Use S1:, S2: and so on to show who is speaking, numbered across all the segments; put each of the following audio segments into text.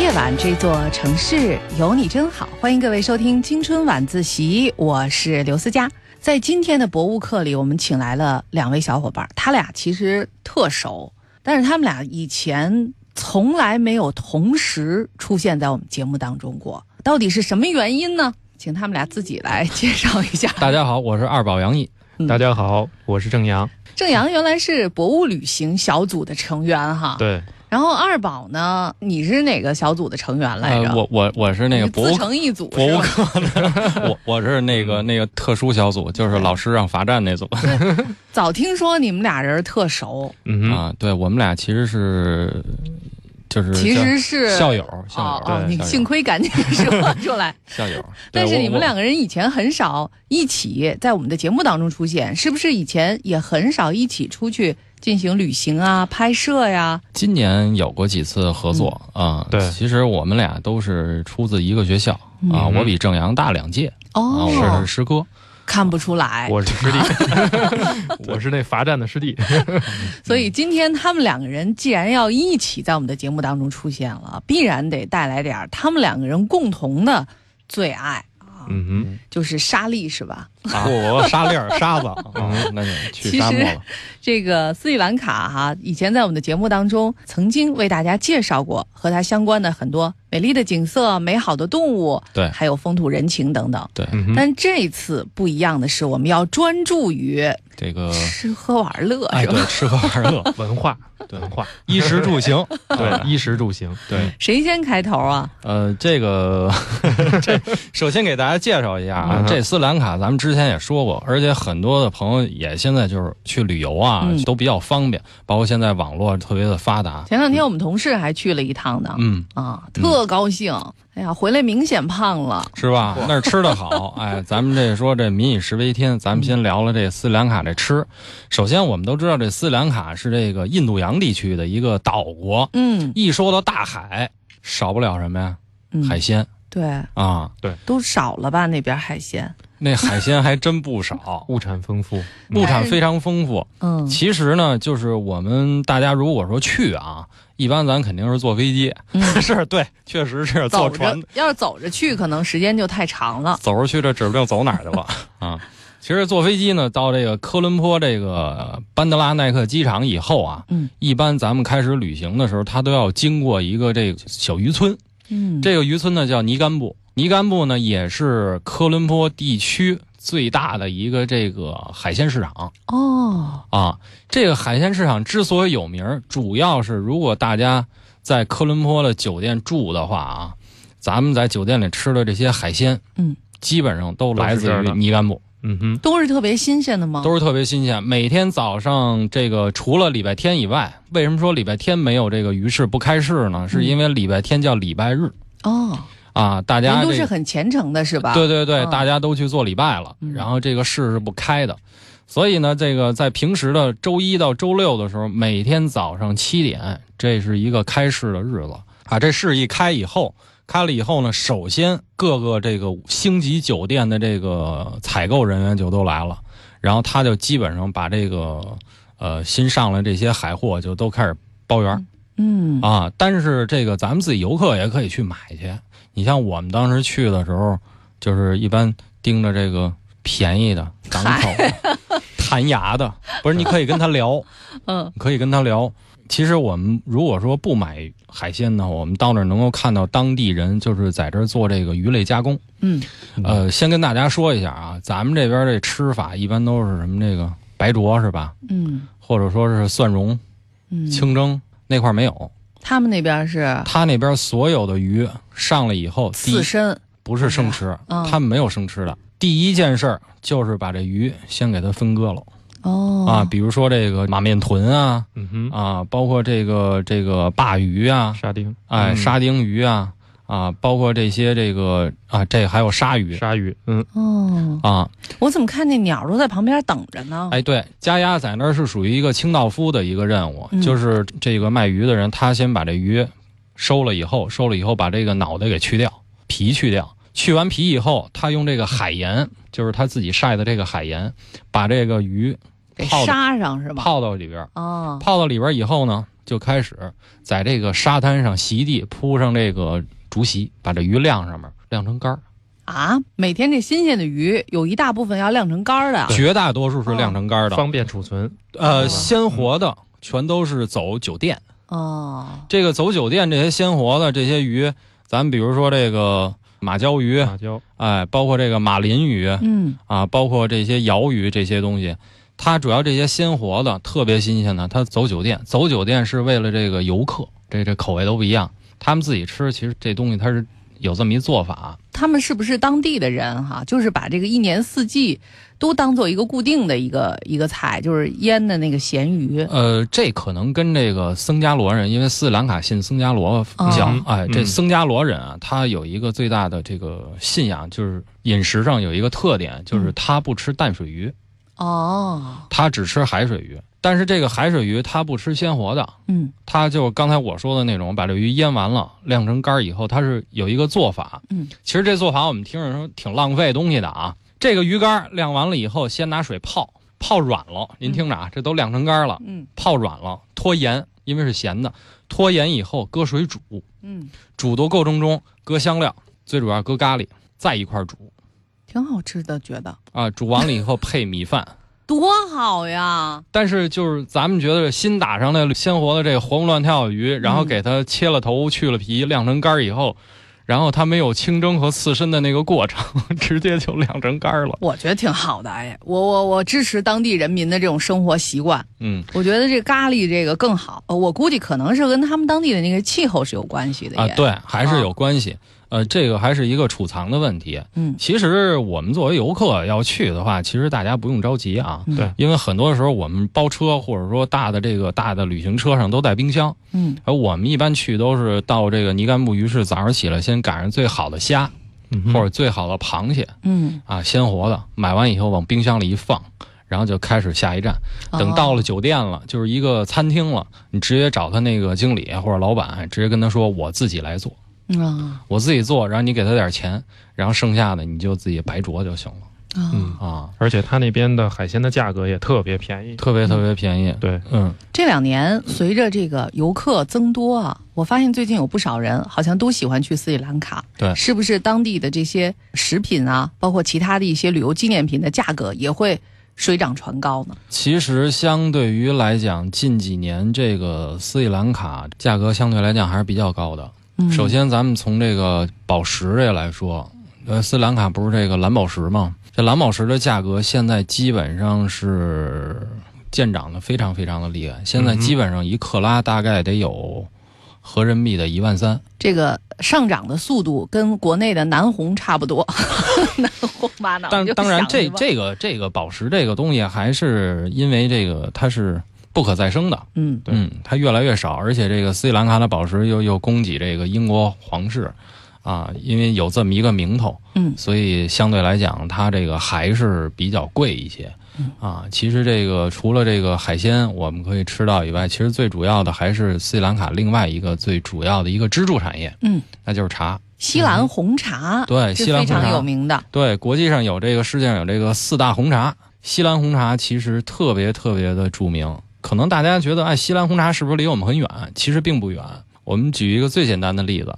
S1: 夜晚这座城市有你真好，欢迎各位收听青春晚自习，我是刘思佳。在今天的博物课里，我们请来了两位小伙伴，他俩其实特熟，但是他们俩以前从来没有同时出现在我们节目当中过，到底是什么原因呢？请他们俩自己来介绍一下。
S2: 大家好，我是二宝杨毅。
S1: 嗯
S3: 大家好，我是郑阳。
S1: 正阳原来是博物旅行小组的成员哈，
S3: 对，
S1: 然后二宝呢，你是哪个小组的成员来着？
S2: 呃，我我我是那个
S1: 你
S2: 博物
S1: 自，成一组，
S2: 博物
S1: 是吧
S2: 我我是那
S3: 嗯
S2: 个那个特殊小组，就是老师让罚站那组
S1: 早听说你们俩人特熟，
S3: 嗯哼，
S2: 啊。对我们俩其实是就是
S1: 其实是
S2: 校校友，校
S1: 哦
S2: 友，
S1: 哦，
S3: 对
S1: 你
S2: 校友
S1: 幸亏赶紧说出 来。
S2: 校友。
S1: 但是你们两
S2: 个
S1: 个人以前很少一起在我们的节目当中出现，是不是以前也很少一起出去进行旅行啊、拍摄呀、
S2: 今年有过几次合作
S1: 嗯
S2: 啊。
S3: 对
S2: 其实我们俩都是出自一个学校
S1: 嗯
S2: 啊。我比郑阳大两届啊，我
S1: 哦
S2: 是，师哥。
S1: 看不出
S2: 嗯
S1: 来。
S3: 我是师弟，
S1: 哎
S3: 我是那罚站的师弟。
S1: 啊
S2: 嗯
S1: 所以今天他们两个人既然要一起在我们的节目当中出现了，必然得带来点儿他们两个人共同的最爱，
S3: 嗯
S1: 就是沙粒，是吧？
S2: 啊
S3: 我
S2: 沙粒儿、沙子，啊
S3: 嗯，
S2: 那就去
S1: 哦其
S2: 沙漠
S1: 实
S2: 了。
S1: 这个斯里兰卡哈、以前在我们的节目当中曾经为大家介绍过和它相关的很多美丽的景色、美好的动物，
S2: 对
S1: 还有风土人情等等。
S2: 对，
S3: 嗯哼，
S1: 但这次不一样的是，我们要专注于
S2: 这个
S1: 吃喝玩乐，
S2: 哎，
S1: 是吧？
S2: 对，吃喝玩乐，
S3: 文化，
S2: 对
S3: 文化，
S2: 衣食 住行，
S3: 对，衣食住行，嗯
S2: 对，
S1: 谁先开头啊？
S2: 呃，这个这首先给大家介绍一下啊
S3: 嗯，，
S2: 这斯兰卡咱们之前也说过，而且很多的朋友也现在就是去旅游啊，
S1: 嗯
S2: 都比较方便，包括现在网络特别的发达。
S1: 前两天我们同事还去了一趟呢，
S2: 嗯，
S1: 啊，特高兴。哎呀，回来明显胖了。
S2: 是吧？那儿吃的好，哎，咱们这说这民以食为天，咱们先聊了这斯里兰卡这吃。首先，我们都知道这斯里兰卡是这个印度洋地区的一个岛国，
S1: 嗯，
S2: 一说到大海，少不了什么呀？
S1: 嗯
S2: 海鲜
S1: 对，
S2: 啊，
S1: 都少了吧？那边海鲜，
S2: 那海鲜还真不少
S3: 物产丰富。
S2: 物产非常丰富。
S1: 嗯，
S2: 其实呢，就是我们大家如果说去啊，一般咱肯定是坐飞机，
S1: 嗯
S2: 是对，确实是
S1: 走
S2: 坐
S1: 着啊
S2: 船，
S1: 要是走着去，可能时间就太长了。
S2: 走着去，这指不定走哪 儿去了啊。其实坐飞机呢，到这个科伦坡这个班德拉奈克机场以后啊，
S1: 嗯，
S2: 一般咱们开始旅行的时候，它都要经过一个这个小渔村，
S1: 嗯，
S2: 这个渔村呢叫尼甘布，尼甘布呢也是科伦坡地区最大的一个这个海鲜市场。
S1: 哦，
S2: 啊，这个海鲜市场之所以有名儿，主要是如果大家在科伦坡的酒店住的话啊，咱们在酒店里吃的这些海鲜，
S1: 嗯，
S2: 基本上都来
S3: 都是
S2: 自
S3: 这
S2: 于
S3: 儿的
S2: 尼甘布，
S3: 嗯哼，
S1: 都是特别新鲜的吗？
S2: 都是特别新鲜。每天早上这个除了礼拜天以外，为什么说礼拜天没有这个鱼市不开市呢？
S1: 嗯
S2: 是因为礼拜天叫礼拜日
S1: 哦，
S2: 啊，大
S1: 人
S2: 家
S1: 都
S2: 这
S1: 是
S2: 个
S1: 很虔诚的，是吧？
S2: 对对对，
S1: 嗯
S2: 大家都去做礼拜了，
S1: 嗯
S2: 然后这个市是不开的，所以呢，这个在平时的周一到周六的时候，每天早上七点，这是一个开市的日子啊。这市一开以后，开了以后呢，首先各个这个星级酒店的这个采购人员就都来了，然后他就基本上把这个呃新上来这些海货就都开始包圆儿。
S1: 嗯，
S2: 啊，但是这个咱们自己游客也可以去买去。你像我们当时去的时候，就是一般盯着这个便宜的、档口的、 弹牙的，不是你可以跟他聊，
S1: 嗯，
S2: 可以跟他聊。其实我们如果说不买海鲜呢，我们到那儿能够看到当地人就是在这儿做这个鱼类加工。
S1: 嗯，
S2: 呃，先跟大家说一下啊，咱们这边这吃法一般都是什么这个白灼是吧，
S1: 嗯
S2: 或者说是蒜蓉、
S1: 嗯，
S2: 清蒸那块儿没有。
S1: 他们那边是
S2: 他那边所有的鱼上来以后，第一
S1: 刺身，
S2: 不是生吃，
S1: 嗯
S2: 他们没有生吃的。第一件事儿就是把这鱼先给它分割了、
S1: 哦
S2: 啊，比如说这个马面豚啊
S3: 嗯哼，
S2: 啊，包括这个这个鲅鱼啊，
S3: 沙丁，
S2: 哎，
S3: 嗯
S2: 沙丁鱼啊啊，包括这些这个啊，这还有鲨鱼
S3: 鲨鱼，嗯，
S1: 哦，
S2: 啊，
S1: 我怎么看见鸟都在旁边等着呢？
S2: 哎，对，加压在那儿是属于一个清道夫的一个任务，
S1: 嗯
S2: 就是这个卖鱼的人他先把这鱼收了以后，收了以后把这个脑袋给去掉，皮去掉，去完皮以后，他用这个海盐，就是他自己晒的这个海盐，把这个鱼
S1: 给
S2: 泡的
S1: 杀上是吧？
S2: 泡到里边儿，
S1: 哦，
S2: 泡到里边儿以后呢，就开始在这个沙滩上席地铺上这个竹席，把这鱼晾上面，晾成干儿。
S1: 啊，每天这新鲜的鱼有一大部分要晾成干儿的，
S2: 绝大多数
S1: 啊
S2: 是晾成干儿的，
S3: 方便储存。
S2: 呃，鲜活的全都是走酒店。
S1: 哦，
S2: 这个走酒店这些鲜活的这些鱼，咱比如说这个马鲛鱼，
S3: 辣椒，
S2: 哎，包括这个马林鱼
S1: 嗯，
S2: 啊，包括这些鳐鱼这些东西，它主要这些鲜活的特别新鲜的，它走酒店，走酒店是为了这个游客，这这口味都不一样，他们自己吃，其实这东西它是有这么一做法，啊
S1: 他们是不是当地的人哈、就是把这个一年四季都当做一个固定的一个一个菜，就是腌的那个咸鱼。
S2: 呃，这可能跟这个僧伽罗人，因为斯里兰卡信僧伽罗教，
S3: 哦
S2: 哎，
S3: 嗯
S2: 这
S3: 嗯
S2: 僧伽罗人啊，他有一个最大的这个信仰，就是饮食上有一个特点，就是
S1: 嗯
S2: 他不吃淡水鱼，
S1: 哦，
S2: 他只吃海水鱼，但是这个海水鱼他不吃鲜活的。
S1: 嗯
S2: 他就刚才我说的那种，把这鱼腌完了，晾成干儿以后，它是有一个做法。
S1: 嗯，
S2: 其实这做法我们听着说挺浪费东西的啊。这个鱼干儿晾完了以后，先拿水泡，泡软了。您听着啊，这都晾成干儿了，
S1: 嗯
S2: 泡软了，脱盐，因为是咸的，脱盐以后搁水煮，
S1: 嗯，
S2: 煮到过程中搁香料，最主要搁咖喱，再一块儿煮
S1: 挺好吃的，觉得
S2: 啊。煮完了以后配米饭。
S1: 多好呀！
S2: 但是就是咱们觉得新打上来鲜活的这个活蹦乱跳的鱼，然后给它切了头、去了皮、晾成干儿以后，然后它没有清蒸和刺身的那个过程， 直接就晾成干儿了。
S1: 我觉得挺好的，哎，我我我支持当地人民的这种生活习惯，
S2: 嗯
S1: 我觉得这咖喱这个更好。呃我估计可能是跟他们当地的那个气候是有关系的
S2: 啊
S1: 也，，
S2: 对，还是有关系。呃，这个还是一个储藏的问题。
S1: 嗯
S2: 其实我们作为游客要去的话，其实大家不用着急啊，
S1: 嗯
S3: 对
S2: 因为很多时候我们包车或者说大的这个大的旅行车上都带冰箱，
S1: 嗯
S2: 而我们一般去都是到这个尼干布鱼市，早上起来先赶上最好的虾，
S3: 嗯
S2: 或者最好的螃蟹
S1: 嗯，
S2: 啊，鲜活的，买完以后往冰箱里一放，然后就开始下一站。等到了
S1: 哦
S2: 酒店了，就是一个餐厅了，你直接找他那个经理或者老板，直接跟他说我自己来做，
S1: 嗯啊
S2: 我自己做，然后你给他点钱，然后剩下的你就自己白灼就行了
S1: 啊
S3: 嗯，
S2: 啊，
S3: 而且它那边的海鲜的价格也特别便宜。
S2: 特别特别便宜。
S3: 对，
S2: 嗯，
S1: 这两年随着这个游客增多啊，我发现最近有不少人好像都喜欢去斯里兰卡。
S2: 对
S1: 是不是当地的这些食品啊，包括其他的一些旅游纪念品的价格也会水涨船高呢？
S2: 其实相对于来讲，近几年这个斯里兰卡价格相对来讲还是比较高的。
S1: 嗯
S2: 首，先，咱们从这个宝石这来说，呃，斯里兰卡不是这个蓝宝石吗？这蓝宝石的价格现在基本上是见涨的非常非常的厉害，现在
S3: 嗯哼
S2: 基本上一克拉大概得有合人民币的一万三。
S1: 这个上涨的速度跟国内的南红差不 多，南红玛瑙。
S2: 但
S1: 你就
S2: 当然
S1: 想
S2: 这
S1: 是吧
S2: 这个这个宝石这个东西还是因为这个它是不可再生的，
S1: 嗯
S3: 对
S2: 嗯，它越来越少，而且这个斯里兰卡的宝石又又供给这个英国皇室，啊，因为有这么一个名头，
S1: 嗯
S2: 所以相对来讲，它这个还是比较贵一些
S1: 嗯。
S2: 啊，其实这个除了这个海鲜我们可以吃到以外，其实最主要的还是斯里兰卡另外一个最主要的一个支柱产业，
S1: 嗯，
S2: 那就是茶。
S1: 西兰红茶
S2: 嗯对，
S1: 是
S2: 西兰
S1: 非
S2: 红
S1: 常有
S2: 茶，
S1: 名的。
S2: 对，国际上有这个世界上有这个四大红茶，西兰红茶其实特别特别的著名。可能大家觉得，哎，西兰红茶是不是离我们很远？其实并不远。我们举一个最简单的例子，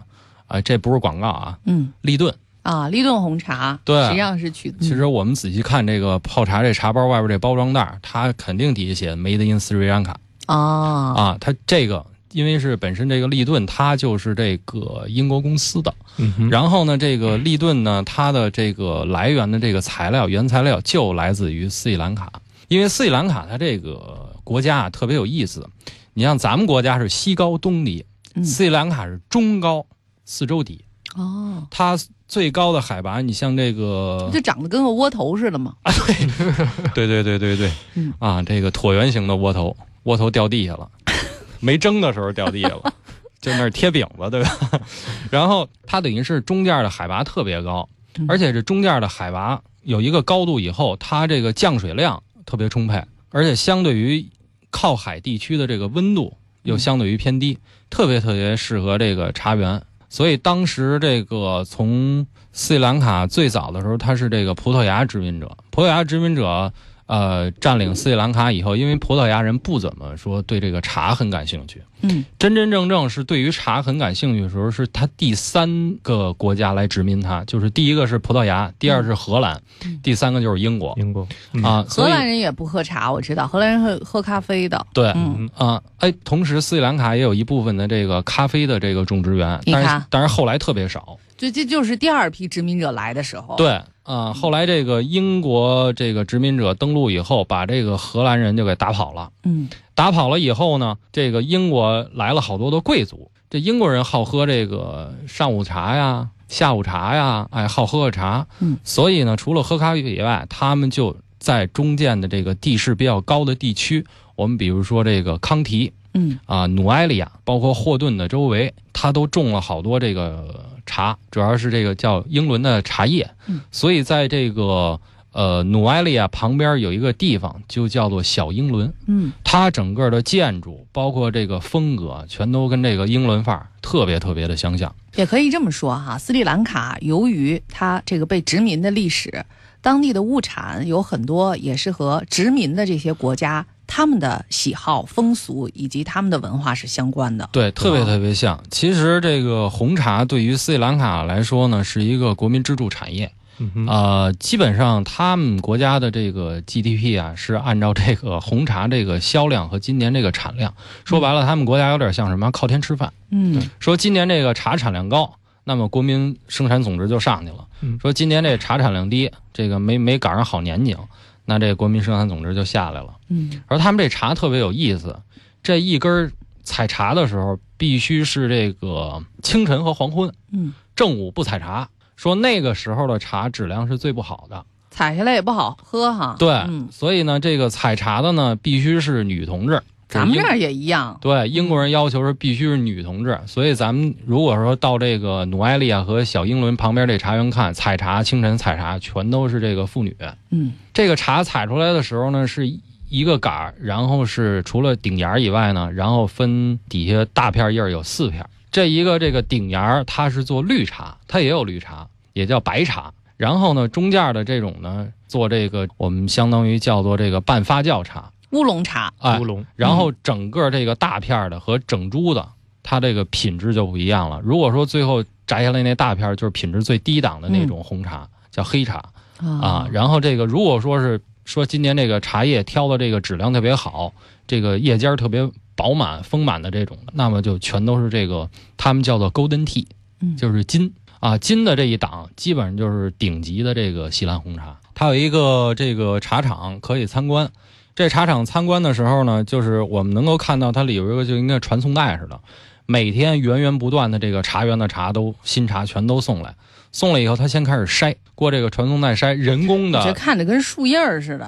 S2: 啊、这不是广告啊，
S1: 嗯
S2: 立顿。
S1: 啊，利顿红茶
S2: 对
S1: 实际上是取
S2: 其实我们仔细看这个泡茶这茶包外边这包装袋儿，它肯定底下写 “Made in Sri Lanka”
S1: 啊
S2: 啊，它这个因为是本身这个利顿，它就是这个英国公司的。
S3: 嗯哼，
S2: 然后呢，这个利顿呢，它的这个来源的这个材料原材料就来自于斯里兰卡，因为斯里兰卡它这个国家啊特别有意思。你像咱们国家是西高东低，
S1: 嗯
S2: 斯里兰卡是中高，四周低。
S1: 哦，
S2: 它最高的海拔，你像这个
S1: 就长得跟个窝头似的嘛。
S2: 对对对对对，
S1: 嗯
S2: 啊，这个椭圆形的窝头，窝头掉地下了，没蒸的时候掉地下了，就那儿贴饼子，对吧？ 然后它等于是中间的海拔特别高
S1: 嗯，
S2: 而且这中间的海拔有一个高度以后，它这个降水量特别充沛，而且相对于靠海地区的这个温度又相对于偏低，特别特别适合这个茶园。所以当时这个从斯里兰卡最早的时候，它是这个葡萄牙殖民者，葡萄牙殖民者呃占领斯里兰卡以后，因为葡萄牙人不怎么说对这个茶很感兴趣，
S1: 嗯，
S2: 真真正正是对于茶很感兴趣的时候，是他第三个国家来殖民它，就是第一个是葡萄牙，第二是荷兰，
S1: 嗯
S2: 第三个就是英国
S3: 英国嗯
S2: 啊。所
S1: 荷
S2: 以
S1: 兰人也不喝茶，我知道，荷兰人喝喝咖啡的。
S2: 对，
S1: 嗯，
S2: 啊，哎，同时斯里兰卡也有一部分的这个咖啡的这个种植园，
S1: 你
S2: 但是
S1: 看
S2: 但是后来特别少。
S1: 就这就是第二批殖民者来的时候。，
S2: 对，啊、后来这个英国这个殖民者登陆以后，把这个荷兰人就给打跑了。
S1: 嗯，
S2: 打跑了以后呢，这个英国来了好多的贵族，这英国人好喝这个上午茶呀、下午茶呀，哎，好喝个茶。
S1: 嗯，
S2: 所以呢，除了喝咖啡以外，他们就在中间的这个地势比较高的地区，我们比如说这个康提，
S1: 嗯，
S2: 啊，努埃利亚，包括霍顿的周围，它都种了好多这个茶，主要是这个叫英伦的茶叶。
S1: 嗯
S2: 所以在这个呃努埃利亚旁边有一个地方，就叫做小英伦。
S1: 嗯，
S2: 它整个的建筑，包括这个风格，全都跟这个英伦范儿特别特别的相像。
S1: 也可以这么说哈、斯里兰卡由于它这个被殖民的历史，当地的物产有很多也是和殖民的这些国家他们的喜好、风俗以及他们的文化是相关的。
S2: 对，特别
S1: 哦
S2: 特别像。其实这个红茶对于斯里兰卡来说呢，是一个国民支柱产业。
S3: 嗯哼
S2: 呃，基本上他们国家的这个 GDP 啊，是按照这个红茶这个销量和今年这个产量。说白了，他们国家有点像什么，靠天吃饭。
S1: 嗯
S2: 说今年这个茶产量高，那么国民生产总值就上去了
S3: 嗯；
S2: 说今年这茶产量低，这个没没赶上好年景，那这国民生产总值就下来了。
S1: 嗯，
S2: 而他们这茶特别有意思，这一根儿采茶的时候必须是这个清晨和黄昏，
S1: 嗯，
S2: 正午不采茶。说那个时候的茶质量是最不好的，
S1: 采下来也不好喝哈。
S2: 对，
S1: 嗯，
S2: 所以呢，这个采茶的呢，必须是女同志。
S1: 咱们
S2: 就
S1: 这
S2: 是英
S1: 儿也一样。
S2: 对英国人要求是必须是女同志，所以咱们如果说到这个努埃利亚和小英伦旁边这茶园看采茶，清晨采茶全都是这个妇女。
S1: 嗯
S2: 这个茶采出来的时候呢，是一个杆儿，然后是除了顶芽儿以外呢，然后分底下大片叶儿有四片儿。这一个这个顶芽儿它是做绿茶，它也有绿茶，也叫白茶。然后呢，中间儿的这种呢，做这个我们相当于叫做这个半发酵茶，
S1: 乌龙茶。
S2: 哎
S3: 乌，龙
S2: 然后整个这个大片儿的和整株的，它这个品质就不一样了。如果说最后摘下来那大片儿，就是品质最低档的那种红茶，叫黑茶。啊，然后这个如果说是说今年这个茶叶挑的这个质量特别好，这个叶尖儿特别饱满丰满的这种，那么就全都是这个他们叫做 golden tea，
S1: 嗯
S2: 就是金啊金的这一档，基本上就是顶级的这个锡兰红茶。它有一个这个茶厂可以参观。这茶厂参观的时候呢，就是我们能够看到它里有一个就应该传送带似的，每天源源不断的这个茶园的茶都新茶全都送来，送来以后他先开始筛，过这个传送带筛，人工
S1: 这
S2: 的
S1: 看着跟树叶儿似 的。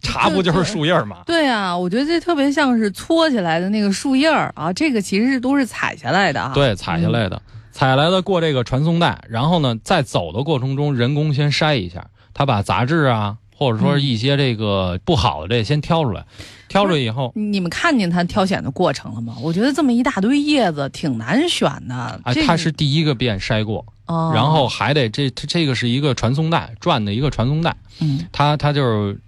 S2: 茶不就是树叶儿吗？
S1: 对啊，我觉得这特别像是搓起来的那个树叶儿啊，这个其实是都是采下来的啊。，嗯
S2: 对，采下来的，采来的过这个传送带，然后呢，在走的过程中，人工先筛一下，他把杂质啊，或者说
S1: 嗯
S2: 是一些这个不好的这先挑出来，挑出来以后，
S1: 你们看见它挑选的过程了吗？我觉得这么一大堆叶子挺难选的。
S2: 啊，
S1: 这个
S2: 他是第一个遍筛过，
S1: 哦
S2: 然后还得这这这个是一个传送带转的一个传送带，
S1: 嗯，
S2: 他他就是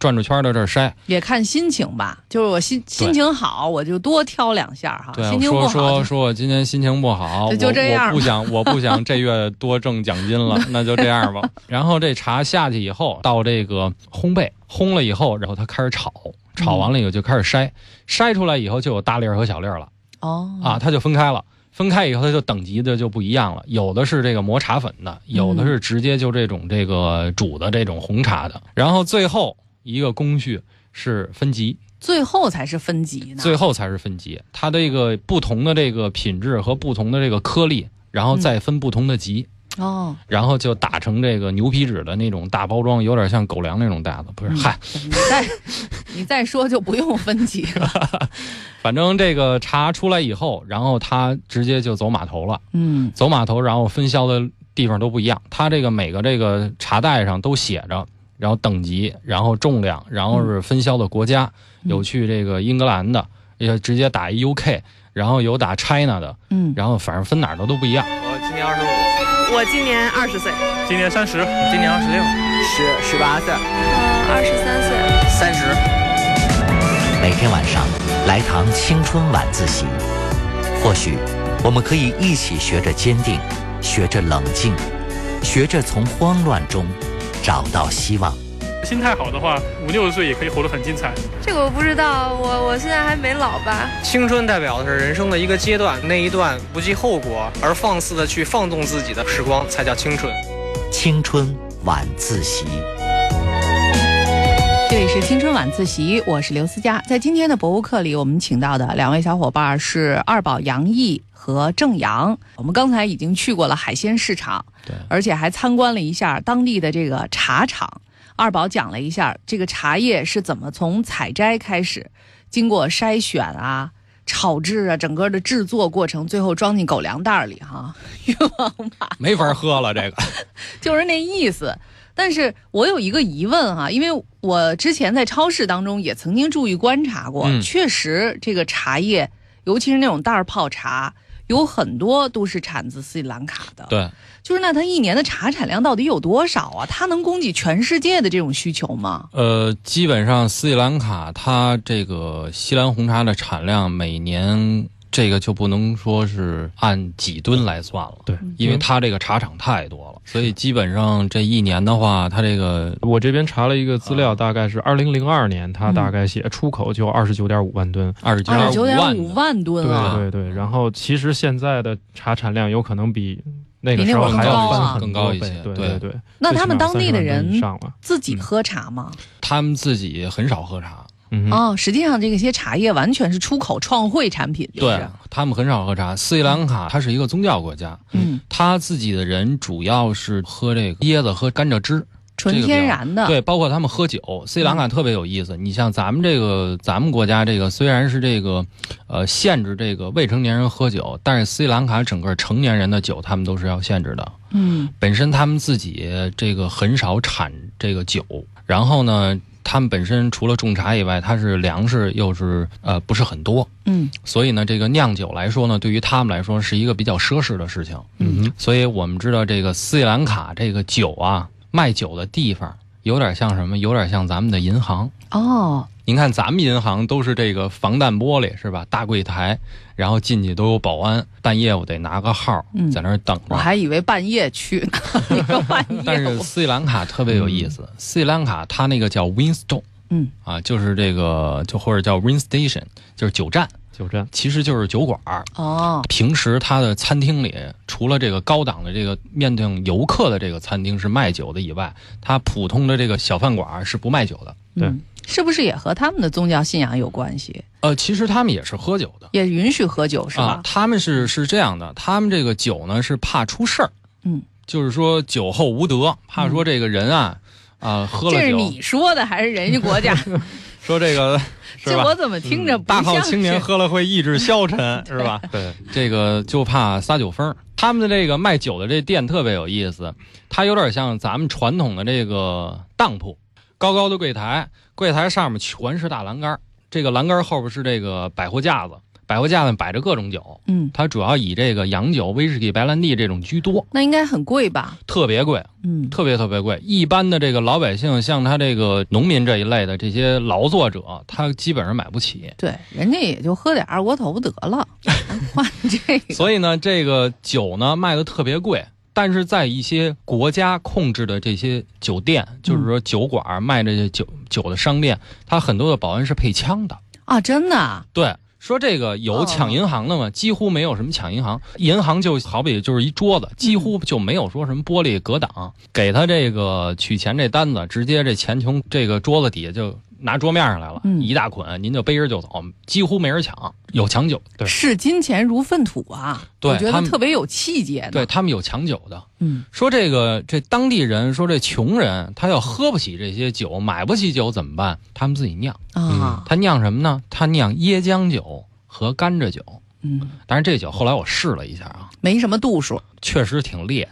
S2: 转着圈儿的这儿筛，
S1: 也看心情吧，就是我心心情好，我就多挑两下哈。
S2: 对，
S1: 啊
S2: 啊
S1: 心情不
S2: 说
S1: 好
S2: 说
S1: 就，
S2: 说我今天心情不好，
S1: 就就这样
S2: 我我不 想我不想这月多挣奖金了，那就这样吧。然后这茶下去以后，到这个烘焙，烘了以后，然后它开始炒，炒完了以后就开始筛，筛出来以后就有大粒儿和小粒儿了
S1: 哦
S2: 啊，，它就分开了。分开以后，它就等级的就不一样了，有的是这个磨茶粉的，有
S1: 嗯
S2: 的是直接就这种这个煮的这种红茶的。然后最后一个工序是分级，
S1: 最后才是分级呢。
S2: 最后才是分级。它这个不同的这个品质和不同的这个颗粒，然后再分不同的级，
S1: 哦，
S2: 然后就打成这个牛皮纸的那种大包装，有点像狗粮那种袋子。不是，
S1: 嗯
S2: 嗨，
S1: 你再 你再说就不用分级 了。
S2: 反正这个茶出来以后，然后它直接就走码头了。
S1: 嗯
S2: 走码头，然后分销的地方都不一样。它这个每个这个茶袋上都写着，然后等级，然后重量，然后是分销的国家，
S1: 嗯
S2: 有去这个英格兰的，也直接打一 UK，然后有打 China 的，
S1: 嗯，
S2: 然后反正分哪儿的都不一 样。
S4: 我今年二十五，
S5: 我今年二十岁，
S6: 呃
S4: 今年三十，今年二十六，十十八岁，
S7: 嗯，二十三岁，
S4: 三十。
S5: 每天晚上来堂青春晚自习，或许我们可以一起学着坚定，学着冷静，学着从慌乱中找到希望。
S7: 心态好的话，五六十岁也可以活得很精彩。
S6: 这个我不知道，我我现在还没老吧。
S8: 青春代表的是人生的一个阶段，那一段不计后果而放肆的去放纵自己的时光才叫青春。
S5: 青春晚自习，
S1: 这里是青春晚自习，我是刘思佳。在今天的博物课里，我们请到的两位小伙伴是二宝杨毅和郑阳。我们刚才已经去过了海鲜市场，
S2: 对
S1: 而且还参观了一下当地的这个茶厂。二宝讲了一下这个茶叶是怎么从采摘开始，经过筛选啊、炒制啊，整个的制作过程，最后装进狗粮袋儿里哈、运往马
S2: 没法喝了 这个。
S1: 就是那意思。但是我有一个疑问啊哈、因为我之前在超市当中也曾经注意观察过，
S2: 嗯
S1: 确实这个茶叶，尤其是那种袋儿泡茶，有很多都是产自斯里兰卡的。，
S2: 对，
S1: 就是那它一年的茶产量到底有多少啊？它能供给全世界的这种需求吗？
S2: 呃，基本上斯里兰卡它这个西兰红茶的产量每年这个就不能说是按几吨来算了，
S3: 对，
S2: 因
S1: 嗯
S2: 为它这个茶厂太多了，所以基本上这一年的话，它这个
S3: 我这边查了一个资料，
S2: 啊
S3: 大概是二零零二年，它
S1: 嗯
S3: 大概写出口就二十九点五万吨。
S2: 二十九
S1: 二十九点
S2: 万
S1: 五
S2: 呢，
S1: 万吨啊！
S3: 对对对，然后其实现在的茶产量有可能比那
S1: 比
S3: 个
S1: 那
S3: 时候
S1: 会儿
S3: 还
S1: 高
S3: 要
S1: 啊
S3: 翻很
S2: 更
S3: 多
S2: 高一
S3: 倍
S2: 些
S3: 对
S2: 对
S3: 对对，
S1: 那
S3: 最
S1: 他
S3: 起
S1: 们
S3: 码
S1: 当地
S3: 30
S1: 的
S3: 万吨以
S1: 人
S3: 上了，
S1: 自己喝茶吗？
S2: 他们自己很少喝茶，
S3: 嗯哼，
S1: 哦，实际上这些茶叶完全是出口创汇产品，就是
S2: 对他们很少喝茶。斯里兰卡它是一个宗教国家，
S1: 嗯，
S2: 他自己的人主要是喝这个椰子和甘蔗汁，
S1: 纯
S2: 这个比较
S1: 天然的。
S2: 对，包括他们喝酒。斯里兰卡特别有意
S1: 嗯
S2: 思，你像咱们这个，咱们国家这个虽然是这个，呃，限制这个未成年人喝酒，但是斯里兰卡整个成年人的酒他们都是要限制的。
S1: 嗯，
S2: 本身他们自己这个很少产这个酒，然后呢，他们本身除了种茶以外，它是粮食又是呃不是很多，
S1: 嗯
S2: 所以呢，这个酿酒来说呢，对于他们来说是一个比较奢侈的事情。
S3: 嗯哼，
S2: 所以我们知道这个斯里兰卡这个酒啊，卖酒的地方有点像什么？有点像咱们的银行。
S1: 哦，
S2: 您看咱们银行都是这个防弹玻璃是吧？大柜台，然后进去都有保安，半夜我得拿个号
S1: 嗯
S2: 在那儿等
S1: 我
S2: 着。
S1: 还以为半夜去 呢，你说半夜
S2: 但是
S1: 我，
S2: 斯里兰卡特别有意思，斯里兰卡它那个叫 Win Store
S1: 嗯
S2: 啊，就是这个就或者叫 Win Station，就是酒站，
S3: 九站，
S2: 其实就是酒馆儿。
S1: 哦，
S2: 平时他的餐厅里，除了这个高档的这个面对游客的这个餐厅是卖酒的以外，他普通的这个小饭馆是不卖酒的。
S3: 对
S1: 嗯，是不是也和他们的宗教信仰有关系？
S2: 呃，其实他们也是喝酒的。
S1: 也允许喝酒是
S2: 啊
S1: 吧？，
S2: 他们是是这样的，他们这个酒呢是怕出事儿，
S1: 嗯，
S2: 就是说酒后无德，怕说这个人啊啊、喝
S1: 这
S2: 了
S1: 是
S2: 酒，
S1: 你说的还是人家国 家？
S2: 说这个是
S1: 这
S2: 吧？
S1: 我怎么听着不
S2: 嗯大好
S1: 像
S2: 青年
S1: 是
S2: 喝了会意志消沉，是吧？
S3: 对，
S2: 这个就怕撒酒疯儿。他们的这个卖酒的这店特别有意思，它有点像咱们传统的这个当铺，高高的柜台，柜台上面全是大栏杆儿，这个栏杆儿后边是这个百货架子，百货架子摆着各种酒，
S1: 嗯，
S2: 它主要以这个洋酒、威士忌、白兰地这种居多，
S1: 那应该很贵吧？
S2: 特别贵，
S1: 嗯，
S2: 特别特别贵。一般的这个老百姓，像他这个农民这一类的这些劳作者，他基本上买不起。
S1: 对，人家也就喝点二锅头得了，换这个。
S2: 所以呢，这个酒呢卖的特别贵，但是在一些国家控制的这些酒店，就是说酒馆儿卖这些酒酒的商店，它很多的保安是配枪的。
S1: 啊，真的啊
S2: 对，说这个有
S1: 哦
S2: 抢银行的吗？几乎没有什么抢银行，银行就好比就是一桌子，几乎就没有说什么玻璃隔挡，给他这个取钱这单子，直接这钱从这个桌子底下就。拿桌面上来了，
S1: 嗯
S2: 一大捆，您就背着就走，几乎没人抢，有抢酒，
S3: 对
S1: 视金钱如粪土啊！
S2: 对
S1: 我觉
S2: 他
S1: 得
S2: 们
S1: 特别有气节呢。
S2: 对，他们有抢酒的，
S1: 嗯
S2: 说这个这当地人说这穷人他要喝不起这些酒，买不起酒怎么办？他们自己酿，
S1: 啊，
S2: 他酿什么呢？他酿椰浆酒和甘蔗酒。
S1: 嗯，
S2: 但是这酒后来我试了一下啊，
S1: 没什么度数
S2: 确实挺 烈，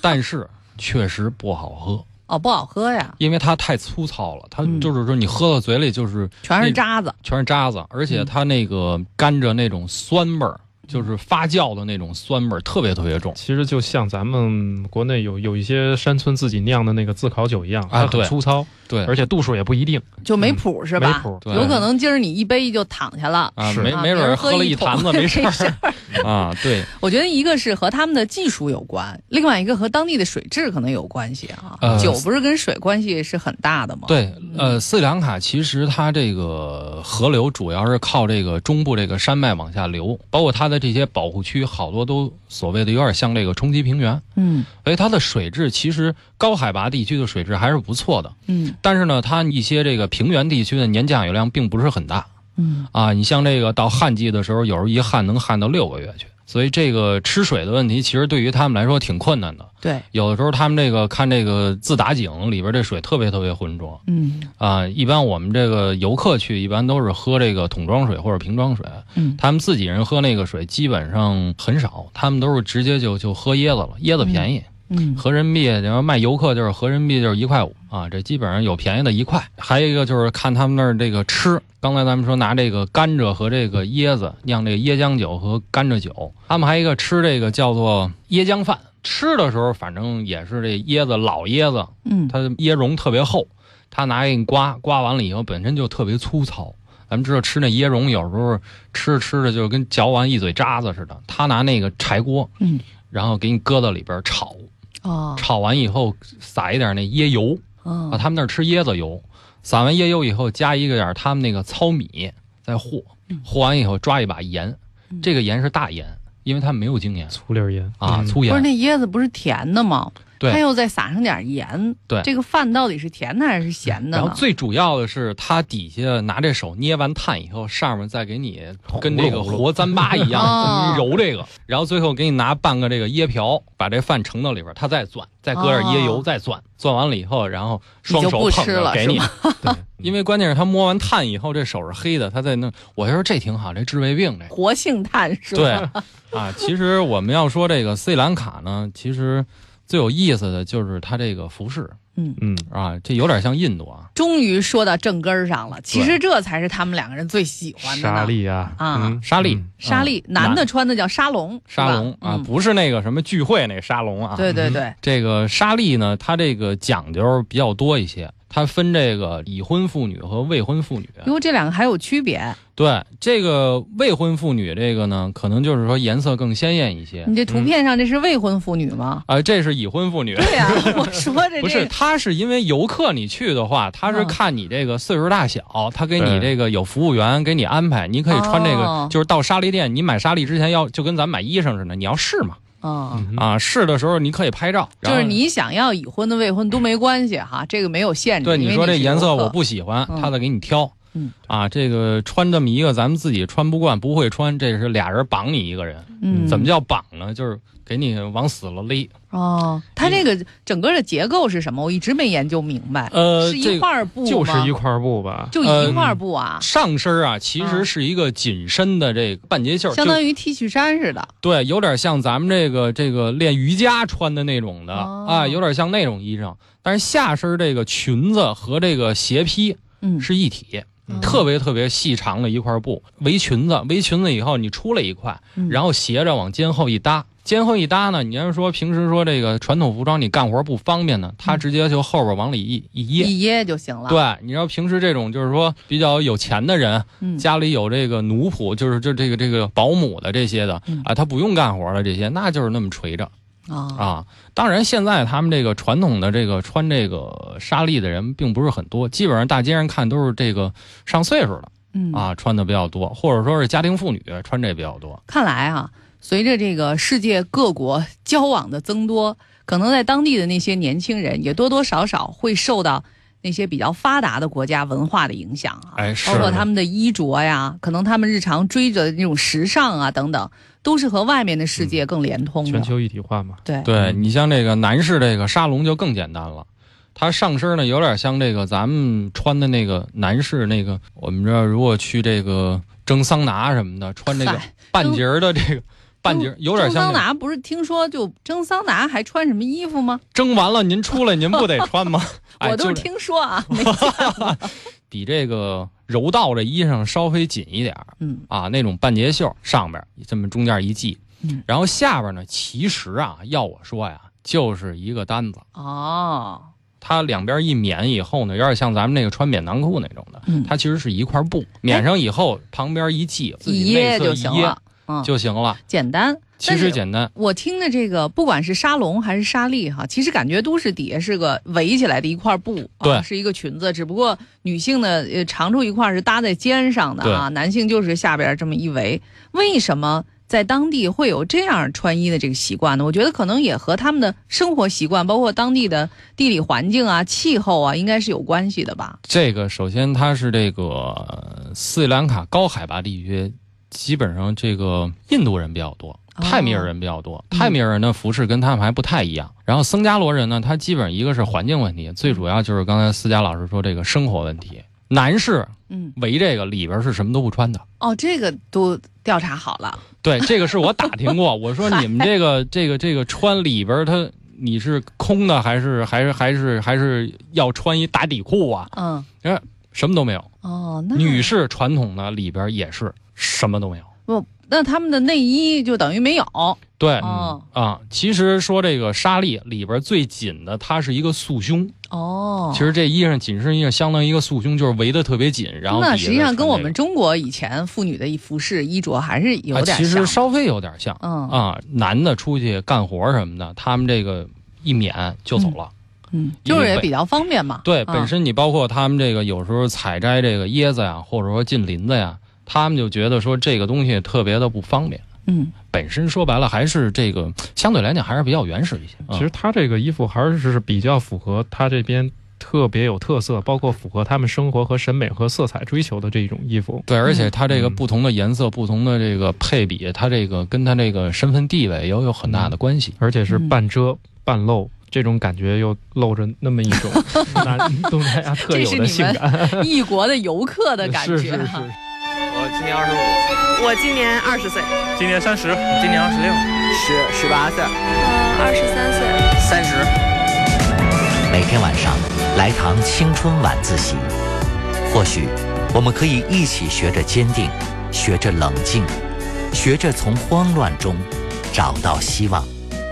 S2: 但是确实不好喝，
S1: 哦，不好喝呀，
S2: 因为它太粗糙了，它
S1: 嗯
S2: 就是说你喝到嘴里就是
S1: 全是
S2: 那
S1: 渣子。嗯
S2: 全是渣子，而且它那个甘蔗那种酸味儿就是发酵的那种酸味儿特别特别重。
S3: 其实就像咱们国内有有一些山村自己酿的那个自烤酒一样，
S2: 啊
S3: 它很
S2: 对
S3: 粗糙，
S2: 对，
S3: 而且度数也不一定。
S1: 就没谱是
S3: 没
S1: 吧？
S3: 谱
S2: 嗯对
S1: 有可能今儿你一杯就躺下了。
S2: 啊，
S3: 是
S2: 没
S1: 啊
S2: 没准
S1: 别
S2: 儿
S1: 人喝
S2: 喝了
S1: 一
S2: 一
S1: 桶
S2: 坛 子没事
S1: 没事
S2: 儿啊，对，
S1: 我觉得一个是和他们的技术有关，另外一个和当地的水质可能有关系啊。
S2: 呃
S1: 酒不是跟水关系是很大的吗？，
S2: 对，呃，斯里兰卡其实它这个河流主要是靠这个中部这个山脉往下流，包括它的这些保护区，好多都所谓的有点像这个冲积平原，
S1: 嗯
S2: 所以它的水质其实高海拔地区的水质还是不错的。
S1: 嗯
S2: 但是呢，它一些这个平原地区的年降雨量并不是很大
S1: 嗯，
S2: 啊。你像这个到旱季的时候，有时候一旱能旱到六个月去，所以这个吃水的问题其实对于他们来说挺困难的。
S1: 对，
S2: 有的时候他们这个看这个自打井里边这水特别特别浑浊。
S1: 嗯
S2: 啊，一般我们这个游客去，一般都是喝这个桶装水或者瓶装水，
S1: 嗯
S2: 他们自己人喝那个水基本上很少，他们都是直接就就喝椰子了，椰子便宜，
S1: 嗯
S2: 合人民币，然后卖游客就是合人民币就是一块五啊，这基本上有便宜的一块，还有一个就是看他们那儿这个吃，刚才咱们说拿这个甘蔗和这个椰子酿这个椰浆酒和甘蔗酒，他们还有一个吃这个叫做椰浆饭，吃的时候反正也是这椰子老椰子，
S1: 嗯，
S2: 它椰蓉特别厚，它拿给你刮，刮完了以后本身就特别粗糙。咱们知道吃那椰蓉有时候吃着吃着就跟嚼完一嘴渣子似的。他拿那个柴锅，
S1: 嗯，
S2: 然后给你搁到里边炒，
S1: 哦，
S2: 炒完以后撒一点那椰油啊，
S1: 嗯
S2: 他们那儿吃椰子油，撒完椰油以后加一个点儿他们那个糙米再和
S1: 嗯，
S2: 和完以后抓一把盐
S1: 嗯，
S2: 这个盐是大盐，因为他们没有经验
S3: 粗粒儿盐
S2: 啊，
S3: 嗯
S2: 粗
S1: 不是
S2: 盐。
S1: 那椰子不是甜的吗？
S2: 对
S1: 它又再撒上点盐，
S2: 对
S1: 这个饭到底是甜的还是咸的
S2: 然后
S1: 呢？
S2: 最主要的是，它底下拿这手捏完碳以后，上面再给你跟这个活糌粑一
S1: 哦
S2: 样怎么揉这个，然后最后给你拿半个这个椰瓢，把这饭盛到里边，它再攥，再搁点椰油
S1: 哦
S2: 再攥，攥完了以后，然后双
S1: 你就
S2: 手
S1: 不
S2: 捧
S1: 吃了
S2: 着给
S1: 是
S2: 你
S1: 吗，
S3: 对，
S2: 因为关键是他摸完碳以后，这手是黑的，他在那，我就说这挺好，这治胃病这。
S1: 活性炭是吧？
S2: 对啊，其实我们要说这个斯里兰卡呢，其实最有意思的就是它这个服饰
S3: 嗯，
S2: 啊，这有点像印度啊，
S1: 终于说到正根儿上了，其实这才是他们两个人最喜欢的
S3: 沙
S1: 呢。
S3: 粒啊，
S1: 啊
S3: 嗯
S2: 沙粒
S3: 嗯，
S1: 沙粒，男的穿的叫沙龙，是吧
S2: 沙龙啊，
S1: 嗯
S2: 不是那个什么聚会那沙龙啊。
S1: 对对对，
S2: 这个沙粒呢，它这个讲究比较多一些，它分这个已婚妇女和未婚妇女。啊
S1: 因为这两个还有区别，
S2: 对，这个未婚妇女这个呢，可能就是说颜色更鲜艳一些
S1: 你，这图片上这是未婚妇女吗？
S2: 啊，这是已婚妇女。
S1: 对呀、 我说这
S2: 不是，
S1: 这
S2: 他是因为游客你去的话，他是
S1: 嗯
S2: 看你这个岁数大小，他给
S3: 对
S2: 你这个有服务员给你安排，你可以穿这
S1: 哦
S2: 个，就是到沙粒店，你买沙粒之前要就跟咱买衣裳似的，你要试嘛，
S1: 嗯。
S3: 嗯
S2: 啊，试的时候你可以拍照，然
S1: 就
S2: 后嗯
S1: 是你想要已婚的、未婚都没关系哈，这个没有限制。
S2: 对
S1: 嗯因为
S2: 你说这
S1: 是
S2: 颜色
S1: 游客
S2: 我，不喜欢
S1: 嗯，
S2: 他再给你挑。
S1: 嗯
S2: 啊，这个穿这么一个咱们自己穿不惯、不会穿，这是俩人绑你一个人。
S1: 嗯，
S2: 怎么叫绑呢？就是给你往死了勒。
S1: 哦，它这个整个的结构是什么？我一直没研究明白。
S2: 呃，
S1: 是
S2: 这
S1: 一
S2: 个
S1: 块布吗？
S3: 就是一块布吧，
S1: 就一块布啊，
S2: 上身啊，其
S1: 啊
S2: 实是一个紧身的这个半截袖儿，
S1: 相
S2: 就
S1: 当于 T 恤衫似的。
S2: 对，有点像咱们这个这个练瑜伽穿的那种的
S1: 哦
S2: 啊，有点像那种衣裳。但是下身这个裙子和这个斜披
S1: 嗯，
S2: 是一体，
S1: 嗯
S2: 特别特别细长的一块布围裙子，围裙子以后你出来一块，
S1: 嗯
S2: 然后斜着往肩后一搭，肩后一搭呢，你要是说平时说这个传统服装你干活不方便呢，它
S1: 嗯
S2: 直接就后边往里一一掖。
S1: 一掖就行了。，
S2: 对，你知道平时这种就是说比较有钱的人，
S1: 嗯，
S2: 家里有这个奴仆，就是这这个这个保姆的这些的
S1: 嗯
S2: 啊，他不用干活了，这些那就是那么垂着
S1: 啊，
S2: 啊。当然，现在他们这个传统的这个穿这个纱丽的人并不是很多，基本上大街上看都是这个上岁数的
S1: 嗯，
S2: 啊穿的比较多，或者说是家庭妇女穿这比较多。
S1: 看来啊，随着这个世界各国交往的增多，可能在当地的那些年轻人也多多少少会受到那些比较发达的国家文化的影响啊，
S2: 哎是
S1: 包括他们的衣着呀，可能他们日常追着的那种时尚啊等等，都是和外面的世界更连通的。
S3: 全球一体化嘛，
S1: 对，
S2: 嗯对
S3: 嗯
S2: 你像这个男士这个沙龙就更简单了，它上身呢有点像这个咱们穿的那个男士那个，我们这儿如果去这个蒸桑拿什么的，穿这个
S1: 嗨
S2: 半截儿的这个半截儿，有点
S1: 蒸
S2: 像
S1: 桑
S2: 那个
S1: 拿，不是听说就蒸桑拿还穿什么衣服吗？
S2: 蒸完了 您出来您不得穿吗？哎，
S1: 我都
S2: 就是
S1: 听说啊，没
S2: 比这个柔道这衣裳稍微紧一点儿
S1: 嗯
S2: 啊，那种半截袖上边儿这么中间一系，
S1: 嗯
S2: 然后下边呢，其实啊，要我说呀，就是一个单子，
S1: 哦，
S2: 它两边一免以后呢，有点像咱们那个穿免裆裤那种的，
S1: 嗯，
S2: 它其实是一块布，免上以后旁边一系，自
S1: 一
S2: 己内
S1: 掖
S2: 侧
S1: 就
S2: 一
S1: 行
S2: 掖
S1: 了，嗯，
S2: 就行了，
S1: 简单。
S2: 其实简单。
S1: 我听的这个，不管是沙龙还是沙粒哈，其实感觉都是底下是个围起来的一块布，啊
S2: 对
S1: 是一个裙子，只不过女性的呃长处一块是搭在肩上的啊，男性就是下边这么一围。为什么在当地会有这样穿衣的这个习惯呢？我觉得可能也和他们的生活习惯，包括当地的地理环境啊、气候啊，应该是有关系的吧？
S2: 这个首先它是这个呃斯里兰卡高海拔地区，基本上这个印度人比较多，
S1: 哦
S2: 泰米尔人比较多。
S1: 嗯
S2: 泰米尔人的服饰跟他们还不太一样。然后僧伽罗人呢，他基本上一个是环境问题，最主要就是刚才思佳老师说这个生活问题。男士
S1: 嗯，
S2: 围这个里边是什么都不穿的。
S1: 哦，这个都调查好了，
S2: 对，这个是我打听过，我说你们这个这个这个穿里边它你是空的还是还是还是还是要穿一打底裤啊？
S1: 嗯，
S2: 什么都没有。
S1: 哦，那
S2: 女士传统的里边也是什么都没有。
S1: 那他们的内衣就等于没有，
S2: 对，
S1: 哦
S2: 啊，其实说这个纱丽里边最紧的，它是一个束胸。
S1: 哦，
S2: 其实这衣裳紧身衣裳相当于一个束胸，就是围的特别紧，然后
S1: 那
S2: 底下
S1: 实际上
S2: 再
S1: 跟我们
S2: 穿
S1: 中国以前妇女的服饰衣着还是
S2: 这
S1: 有
S2: 个啊
S1: 点
S2: 其
S1: 像
S2: 实。稍微有点像
S1: 嗯
S2: 啊。男的出去干活什么的，他们这个一免就走了。
S1: 嗯，
S2: 因
S1: 就
S2: 为
S1: 是也
S2: 本
S1: 比较方便嘛。
S2: 对，
S1: 啊
S2: 本身你包括他们这个有时候采摘这个椰子呀，或者说进林子呀，他们就觉得说这个东西特别的不方便。
S1: 嗯
S2: 本身说白了还是这个相对来讲还是比较原始一些。
S3: 其实他这个衣服还是比较符合他这边特别有特色，包括符合他们生活和审美和色彩追求的这种衣服。
S2: 对，而且它这个
S3: 嗯
S2: 不同的颜色、不同的这个配比，它这个跟它这个身份地位也有很大的关系。
S3: 而且是
S1: 嗯
S3: 半遮半露，这种感觉又露着那么 一种南东南亚特
S1: 这
S3: 有
S1: 是
S3: 的
S1: 你
S3: 性
S1: 们
S3: 感
S1: 异国的游客的感
S3: 是
S1: 觉
S3: 是
S1: 哈
S3: 是
S8: 我今年二十五，
S4: 我今年二十岁，
S7: 今年三十，
S8: 今年二十六，
S9: 十十八岁，
S6: 嗯，二十三岁。
S8: 三十。
S5: 每天晚上来堂青春晚自习，或许我们可以一起学着坚定，学着冷静，学着从慌乱中找到希望。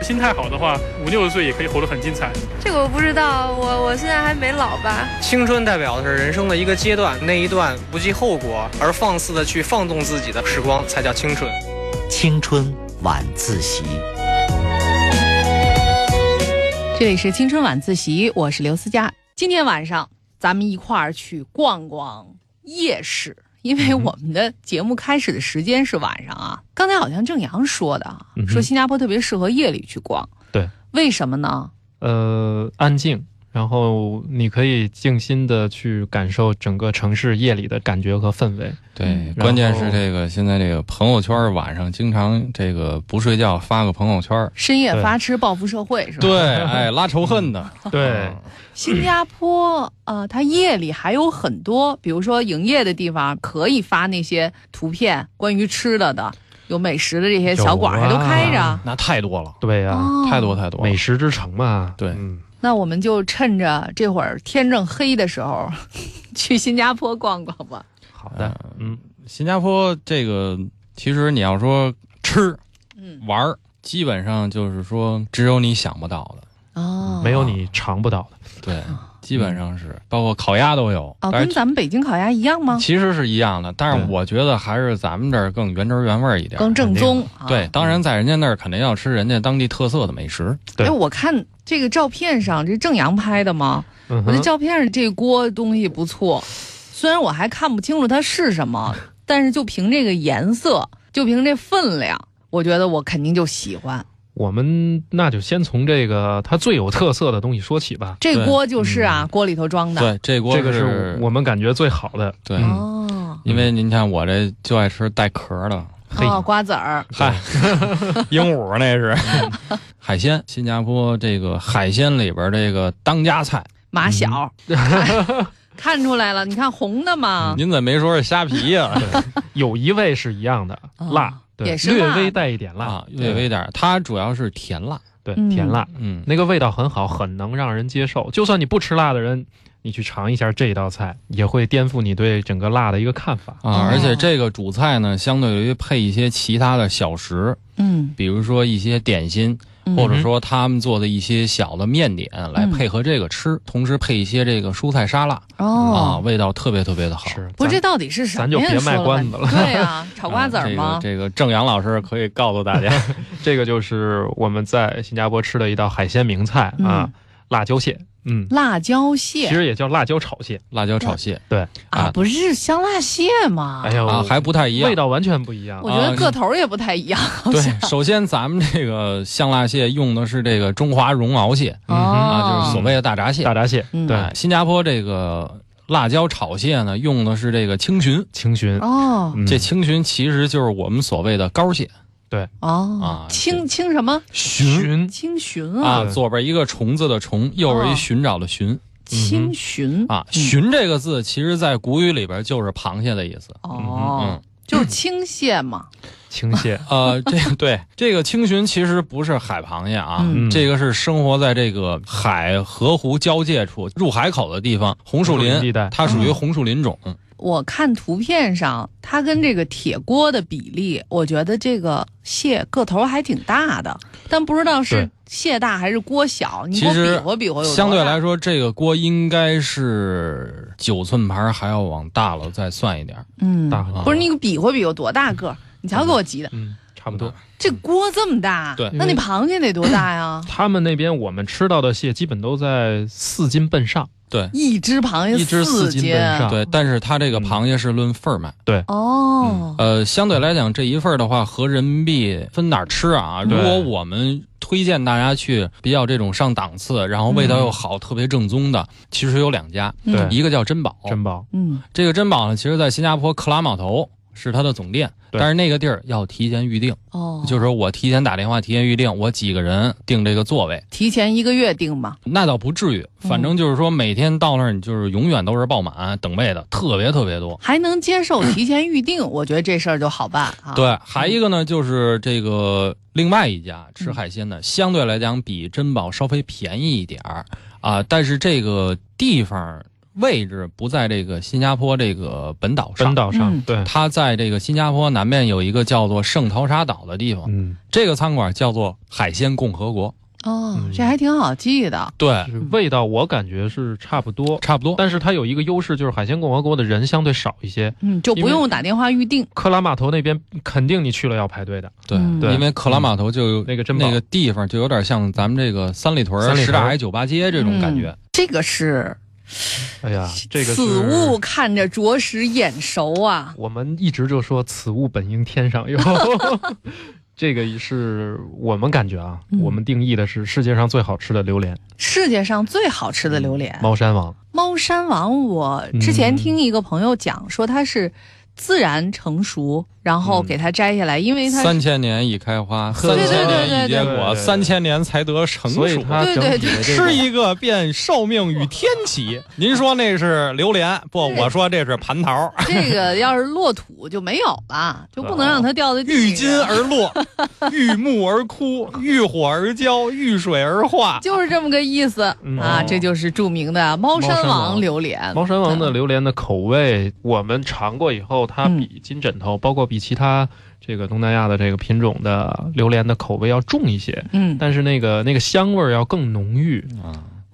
S7: 心态好的话，五六十岁也可以活得很精彩。
S6: 这个我不知道，我我现在还没老吧？
S8: 青春代表的是人生的一个阶段，那一段不计后果而放肆的去放纵自己的时光才叫青春。
S5: 青春晚自习，
S1: 这里是青春晚自习，我是刘思佳。今天晚上咱们一块儿去逛逛夜市，因
S2: 嗯
S1: 为我们的节目开始的时间是晚上啊。刚才好像郑阳说的啊，
S3: 嗯哼
S1: 说新加坡特别适合夜里去逛，
S3: 对，
S1: 为什么呢？
S3: 呃安静，然后你可以静心的去感受整个城市夜里的感觉和氛围。
S2: 对，
S3: 嗯
S2: 关键是
S3: 然后
S2: 这个现在这个朋友圈晚上经常这个不睡觉发个朋 友圈，
S1: 深夜
S3: 对
S1: 发痴报复社会是吧？
S2: 对，哎，拉仇恨的，
S1: 哦
S2: 嗯
S3: 对，
S1: 新加坡，呃，它夜里还有很多，比如说营业的地方可以发那些图片，关于吃的的，有美食的这些小馆儿还都开着。
S3: 有
S2: 那太多了，
S3: 对呀、
S1: 哦
S2: 啊太多太多了
S3: 美食之城嘛。
S2: 对
S3: 嗯
S1: 那我们就趁着这会儿天正黑的时候， 去新加坡逛逛吧。
S3: 好的，嗯，
S2: 新加坡这个其实你要说吃
S1: 嗯，
S2: 玩儿，基本上就是说只有你想不到的，
S1: 哦，
S3: 没有你尝不到的。
S2: 对，基本上是包括烤鸭都有，
S1: 啊哦，
S2: 但
S1: 跟
S2: 是
S1: 咱们北京烤鸭一样吗？
S2: 其实是一样的，但是
S3: 对
S2: 我觉得还是咱们这儿更原汁原味儿一点。
S1: 更正宗。啊
S2: 对，，当
S3: 嗯
S2: 然在人家那儿肯定要吃人家当地特色的美食。
S3: 对
S1: 哎，我看这个照片上，这正阳拍的吗？
S3: 嗯
S1: 我这
S3: 哼，
S1: 照片上这锅东西不错，虽然我还看不清楚它是什 么，但是就凭这个颜色，就凭这分量，我觉得我肯定就喜欢。
S3: 我们那就先从这个它最有特色的东西说起吧。
S1: 这锅就是
S3: 嗯
S1: 啊，锅里头装的。
S2: 对，这锅
S3: 这个是我们感觉最好的，
S2: 对，
S3: 嗯
S1: 哦，
S2: 因为您看我这就爱吃带壳 的，
S3: 嘿，
S1: 哦，瓜子儿，
S3: 哎
S2: 嗨，鹦
S3: 啊
S2: 鹉那是嗯海鲜。新加坡这个海鲜里边这个当家菜，
S1: 马小，
S3: 嗯
S1: 看 看出来了，你看红的嘛，
S2: 您怎么没说是虾皮 呀？
S3: 有一味是一样的，
S1: 哦
S3: 嗯辣，对
S1: 也，是
S3: 略
S1: 辣的
S2: 啊
S3: 微带一点辣
S2: 啊，略微点儿，它主要是甜辣，
S3: 对，
S1: 嗯
S3: 甜辣，
S2: 嗯，
S3: 那个味道很好，很能让人接受。就算你不吃辣的人，你去尝一下这道菜，也会颠覆你对整个辣的一个看法。
S2: 啊，
S1: 哦
S2: 而且这个主菜呢，相对于配一些其他的小食，
S1: 嗯，
S2: 比如说一些点心，
S1: 嗯
S2: 或者说他们做的一些小的面点来
S1: 嗯
S2: 配合这个吃，同时配一些这个蔬菜沙拉啊，
S1: 哦，
S2: 味道特别特别的好。啊
S3: 是，
S1: 不是
S3: 咱
S1: 这到底是什么呀？
S3: 咱就别卖
S1: 说了
S3: 关子
S1: 半天 对啊，炒瓜子
S2: 啊
S1: 儿
S2: 这个
S1: 吗？
S2: 这个郑阳老师可以告诉大家，
S3: 这个就是我们在新加坡吃的一道海鲜名菜啊
S1: 嗯，
S3: 辣椒蟹。嗯，
S1: 辣椒
S3: 其
S1: 蟹
S3: 实也叫辣椒炒蟹。
S2: 辣椒炒蟹
S1: 啊，
S2: 啊
S1: 不是香辣蟹吗？
S3: 哎呦，
S2: 啊，还不太一样
S3: 味。道完全不一样
S1: 我。觉得
S2: 啊
S1: 个头儿也不太一样，好
S2: 对
S1: 像，
S2: 首先咱们这个香辣蟹用的是这个中华绒螯蟹
S3: 嗯
S1: 哦
S2: 啊，就是所谓的大闸蟹
S3: 大。闸蟹，
S1: 嗯
S3: 对
S2: 哎，新加坡这个辣椒炒蟹呢，用的是这个青鲟，
S3: 青鲟，
S1: 哦
S3: 嗯
S2: 这青鲟其实就是我们所谓的膏蟹
S1: 哦
S2: 啊，嗯
S1: 青青什么
S3: 鲟，
S1: 青鲟啊，
S2: 啊，
S3: 对啊
S2: 左边一个虫子的虫，右边一
S1: 哦
S2: 寻找的寻
S1: 青鲟
S2: 啊，
S1: 嗯
S2: 寻这个字其实在古语里边就是螃蟹的意思。
S1: 哦
S2: 嗯，，
S1: 就是青蟹嘛，
S3: 青蟹，
S2: 呃，这个对这个青鲟其实不是海螃蟹啊，
S1: 嗯
S2: 这个是生活在这个海河湖交界处入海口的地方红树
S3: 红树林
S2: 林
S3: 地带
S2: 它属于红树林种。
S1: 我看图片上，它跟这个铁锅的比例，我觉得这个蟹个头还挺大的，但不知道是
S3: 对
S1: 蟹大还是锅小。你给我
S2: 其实
S1: 比划比划有多大，
S2: 相对来说，这个锅应该是九寸盘还要往大了再算一点儿。
S1: 嗯，
S3: 大很
S1: 不是你给我比划比划多大个儿？你瞧给我急的，
S3: 嗯，差不多。
S1: 这锅这么大，
S2: 对
S1: 那你螃蟹得多大呀？
S3: 他们那边我们吃到的蟹基本都在四斤奔上，
S1: 一只螃蟹
S3: 一只四斤
S1: 斤啊
S3: 本上
S2: 对，但是它这个螃蟹是论份儿卖。
S1: 哦，
S2: 呃，相对来讲，这一份儿的话，合人民币分哪儿吃啊？如
S3: 对
S2: 果我们推荐大家去比较这种上档次，然后味道又好、特别正宗的，其实有两家，
S1: 嗯
S3: 呃对
S2: 一个叫珍宝，
S3: 珍宝。
S1: 嗯，
S2: 这个珍宝呢，其实在新加坡克拉码头是它的总店，
S3: 对
S2: 但是那个地儿要提前预定，
S1: 哦，
S2: 就是我提前打电话提前预定，我几个人订这个座位，
S1: 提前一个月定吧。
S2: 那倒不至于，反
S1: 嗯
S2: 正就是说每天到那儿你就是永远都是爆满等位的，特别特别多。
S1: 还能接受提前预 定，我觉得这事儿就好办啊。，
S2: 对，还一个呢，就是这个另外一家吃
S1: 嗯
S2: 海鲜的，相对来讲比珍宝稍微便宜一点儿啊，但是这个地方位置不在这个新加坡这个本岛上，
S3: 本岛上
S1: 嗯，
S3: 对，
S2: 它在这个新加坡南面有一个叫做圣淘沙岛的地方，
S3: 嗯，
S2: 这个餐馆叫做海鲜共和国，
S1: 哦，
S3: 嗯
S1: 这还挺好记的。
S2: 对，
S3: 就是味道我感觉是差不多，
S2: 差不多。
S3: 但是它有一个优势，就是海鲜共和国的人相对少一些。
S1: 嗯，就
S3: 因
S1: 不
S3: 为
S1: 用打电话预定。
S3: 克拉码头那边肯定你去了要排队的，
S2: 对，
S1: 嗯
S3: 对
S2: 因为克拉码头就有
S3: 那个珍宝
S2: 那个地方就有点像咱们这个三里屯
S3: 三
S2: 儿、
S3: 里屯
S2: 石大海酒吧街这种感觉。
S1: 这个是，
S3: 哎呀，这个是
S1: 此物看着着实眼熟啊。
S3: 我们一直就说此物本应天 上有，这个是我们感觉啊，
S1: 嗯
S3: 我们定义的是世界上最好吃的榴莲，
S1: 世界上最好吃的
S3: 嗯
S1: 榴莲，
S3: 猫山王。
S1: 猫山王，我之前听一个朋友讲说它是自然成熟，然后
S3: 嗯
S1: 给它摘下来，因为它是
S2: 三千年一开花，三
S3: 对对
S2: 千年
S1: 对
S2: 一
S1: 对
S2: 结
S3: 对对
S2: 果，
S3: 对
S2: 三千年才得成熟
S3: 所。以它
S1: 对
S3: 整
S1: 对
S3: 体的这个
S2: 吃一个便受命与天齐。您说那是榴莲？不，
S1: 对
S2: 我说这是蟠桃。
S1: 这个要是落土就没有了，就不能让它掉在
S2: 遇
S1: 地
S2: 金
S1: 上。
S2: 而落， 遇木而枯，遇火而焦，遇水而化。
S1: 就是这么个意思
S3: 嗯
S1: 啊，这就是著名的猫
S3: 猫
S1: 山
S3: 山
S1: 王
S3: 王
S1: 榴莲。
S3: 猫山王的榴莲的口味，我们尝过以后，它
S1: 嗯
S3: 比金枕头，包括比其他这个东南亚的这个品种的榴莲的口味要重一些，
S1: 嗯，
S3: 但是那个那个香味儿要更浓郁。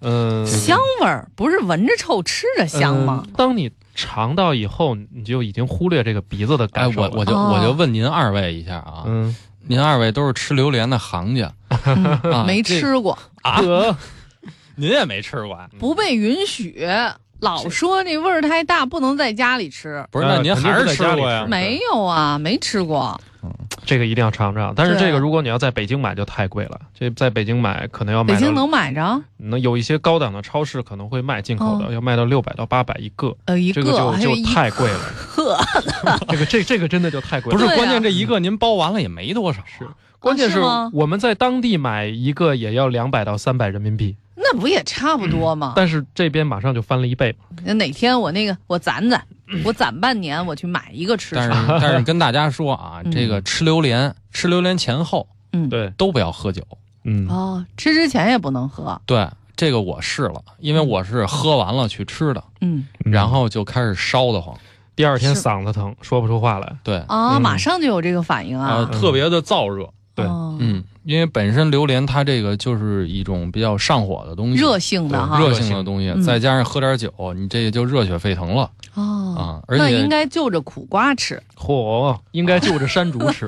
S3: 嗯，
S1: 香味儿不是闻着臭吃着香吗？
S3: 嗯当你尝到以后，你就已经忽略这个鼻子的
S2: 哎，
S3: 感受
S2: 我
S3: 了。
S2: 我就
S1: 哦
S2: 我就问您二位一下啊，
S3: 嗯，
S2: 您二位都是吃榴莲的行家啊，
S1: 嗯没
S2: 这
S1: 吃过，
S2: 啊，
S3: 呃
S2: 您也没吃过啊？
S3: 嗯
S1: 不被允许，老说这味儿太大，不能在家里吃。
S2: 不是，
S3: 呃
S2: 那您还
S3: 肯定不在
S2: 是吃
S3: 家里
S2: 过呀
S3: 吃？
S1: 没有啊，没吃过。
S3: 这个一定要尝尝。但是
S1: 对啊
S3: 这个如果你要在北京买就太贵了，这在北京买可能要
S1: 北
S3: 买到
S1: 京能买着？
S3: 能有一些高档的超市可能会卖进口的，要卖到六百到八百一个。
S1: 呃，嗯一
S3: 这个就
S1: 还有
S3: 就
S1: 一
S3: 太贵 了，
S1: 克。
S3: 这个这这个真的就太贵
S2: 不
S3: 了。
S2: 是
S1: 对，啊
S2: 关键这一个
S3: 嗯
S2: 您包完了也没多少啊。
S3: 是关键
S1: 是
S3: 是
S1: 吗
S3: 我们在当地买一个也要两百到三百人民币，
S1: 那不也差不多吗？
S3: 但是这边马上就翻了一倍。
S1: 那哪天我那个我攒攒，我攒半年，我去买一个吃
S2: 但
S1: 吃。
S2: 是但是跟大家说啊，
S1: 嗯
S2: 这个吃榴莲，吃榴莲前后
S1: 嗯，
S3: 对，
S2: 都不要喝酒，
S3: 嗯，
S1: 哦，吃之前也不能喝，
S2: 对，这个我试了，因为我是喝完了去吃的，
S1: 嗯
S3: 嗯
S2: 然后就开始烧得慌，
S3: 第二天
S1: 是
S3: 嗓子疼，说不出话来。
S2: 对，
S1: 啊，
S3: 嗯
S1: 马上就有这个反应
S2: 呃，
S1: 啊，
S2: 特别的燥热，
S3: 对
S1: 哦
S2: 嗯，因为本身榴莲它这个就是一种比较上火的东西，
S1: 热性的哈，
S2: 嗯对热性的东西
S1: 嗯，
S2: 再加上喝点酒，你这也就热血沸腾了
S1: 哦，
S2: 啊！而
S1: 那
S2: 且
S1: 应该就着苦瓜吃，
S3: 嚯，应该就着山竹 吃。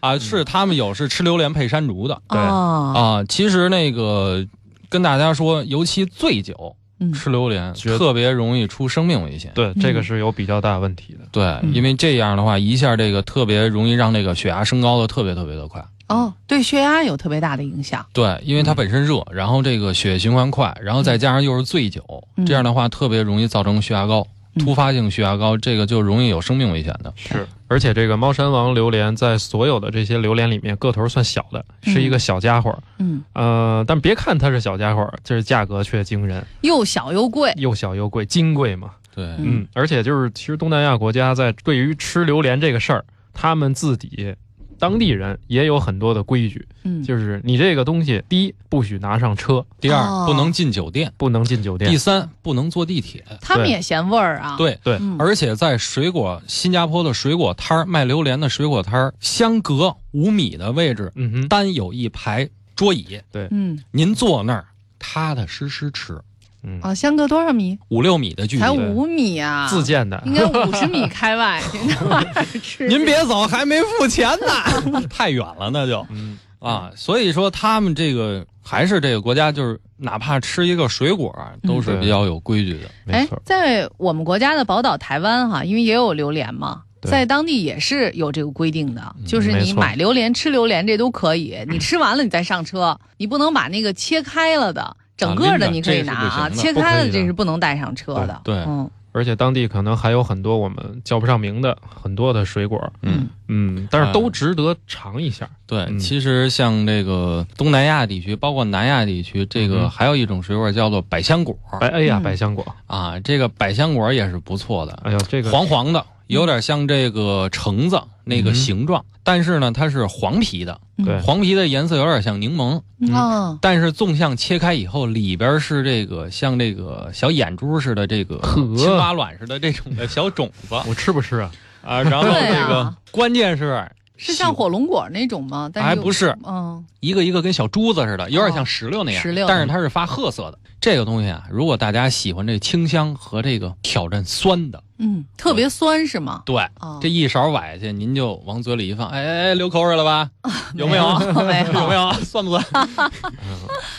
S2: 啊，是他们有是吃榴莲配山竹的
S3: 对
S1: 哦，
S2: 啊。其实那个跟大家说，尤其醉酒
S1: 嗯
S2: 吃榴莲，
S3: 绝
S2: 特别容易出生命危险。
S3: 对，这个是有比较大问题的。
S2: 对，
S1: 嗯
S2: 因为这样的话，一下这个特别容易让这个血压升高的特别特别的快。
S1: 哦，对血压有特别大的影响，
S2: 对，因为它本身热，然后这个血液循环快，然后再加上又是醉酒，
S1: 嗯
S2: 这样的话特别容易造成血压高，
S1: 嗯
S2: 突发性血压高，这个就容易有生命危险的。
S3: 是，而且这个猫山王榴莲在所有的这些榴莲里面个头算小的，是一个小家伙。
S1: 嗯，
S3: 呃，但别看它是小家伙，这是价格却惊人，
S1: 又小又贵，
S3: 又小又贵，金贵嘛。
S2: 对，
S1: 嗯
S3: 嗯，而且就是其实东南亚国家在对于吃榴莲这个事儿，他们自己当地人也有很多的规矩，
S1: 嗯，
S3: 就是你这个东西，第一不许拿上车，
S2: 第二、
S1: 哦
S2: 不能进酒店，
S3: 不能进酒
S2: 第
S3: 店。
S2: 三不能坐地铁。
S1: 他们
S3: 对
S1: 也嫌味儿啊，
S2: 对，
S3: 对
S1: 嗯，
S2: 而且在水果新加坡的水果摊儿卖榴莲的水果摊儿，相隔五米的位置，
S3: 嗯哼，
S2: 单有一排桌椅，
S1: 嗯，
S2: 您坐那儿踏踏实实吃，
S3: 嗯，
S1: 啊，相隔多少米？
S2: 五六米的距离
S1: 才。五米啊，
S3: 自建的
S1: 应该五十米开 外，那玩意儿吃，
S2: 您别走，还没付钱呢，太远了 那就
S3: 嗯
S2: 啊。所以说他们这个还是这个国家，就是哪怕吃一个水果啊，都是
S3: 嗯
S2: 比较有规矩的。
S3: 没
S1: 哎
S3: 错，，
S1: 在我们国家的宝岛台湾哈，因为也有榴莲嘛，
S3: 对
S1: 在当地也是有这个规定的，
S2: 嗯
S1: 就是
S3: 没
S1: 你
S3: 错
S1: 买榴莲、吃榴莲这都可以，你吃完了你再上车，你不能把那个切开了的。整个的你可以拿啊，
S2: 啊拎
S1: 切
S2: 着这
S3: 不
S2: 是
S3: 行的
S1: 开了
S3: 不可以的
S1: 这是不能带上车的。
S2: 对对
S1: 嗯
S3: 而且当地可能还有很多我们叫不上名的很多的水果，
S1: 嗯，
S3: 嗯，但是都值得尝一下。
S2: 对，
S3: 嗯
S2: 其实像这个东南亚地区，包括南亚地区，这
S3: 嗯
S2: 个
S3: 哼
S2: 还有一种水果叫做百香果
S3: 白哎呀，
S1: 嗯
S3: 百香果，
S2: 啊，这个百香果也是不错的，
S3: 哎呦，这个
S2: 黄黄的，有点像这个橙子那个
S3: 嗯
S2: 形状，但是呢，它是黄皮的，
S1: 嗯
S3: 对
S2: 黄皮的颜色有点像柠檬，
S3: 嗯
S1: 哦，
S2: 但是纵向切开以后，里边是这个像这个小眼珠似的这个
S3: 呵
S2: 青蛙卵似的这种的小种子
S3: 我吃不吃啊？
S2: 啊，然后
S1: 对啊
S2: 这个关键是
S1: 是像火龙果那种吗？但
S2: 还
S1: 又
S2: 不是
S1: 嗯，
S2: 一个一个跟小珠子似的，有点像石榴那样，
S1: 石榴
S2: 但是它是发褐色的。这个东西啊，如果大家喜欢这清香和这个挑战酸的，
S1: 嗯，特别酸是吗？
S2: 对，
S1: 哦
S2: 这一勺崴下去，您就往嘴里一放，哎哎哎，流口水了吧？ 有没有？
S1: 啊 没有
S2: 有没有？酸不酸？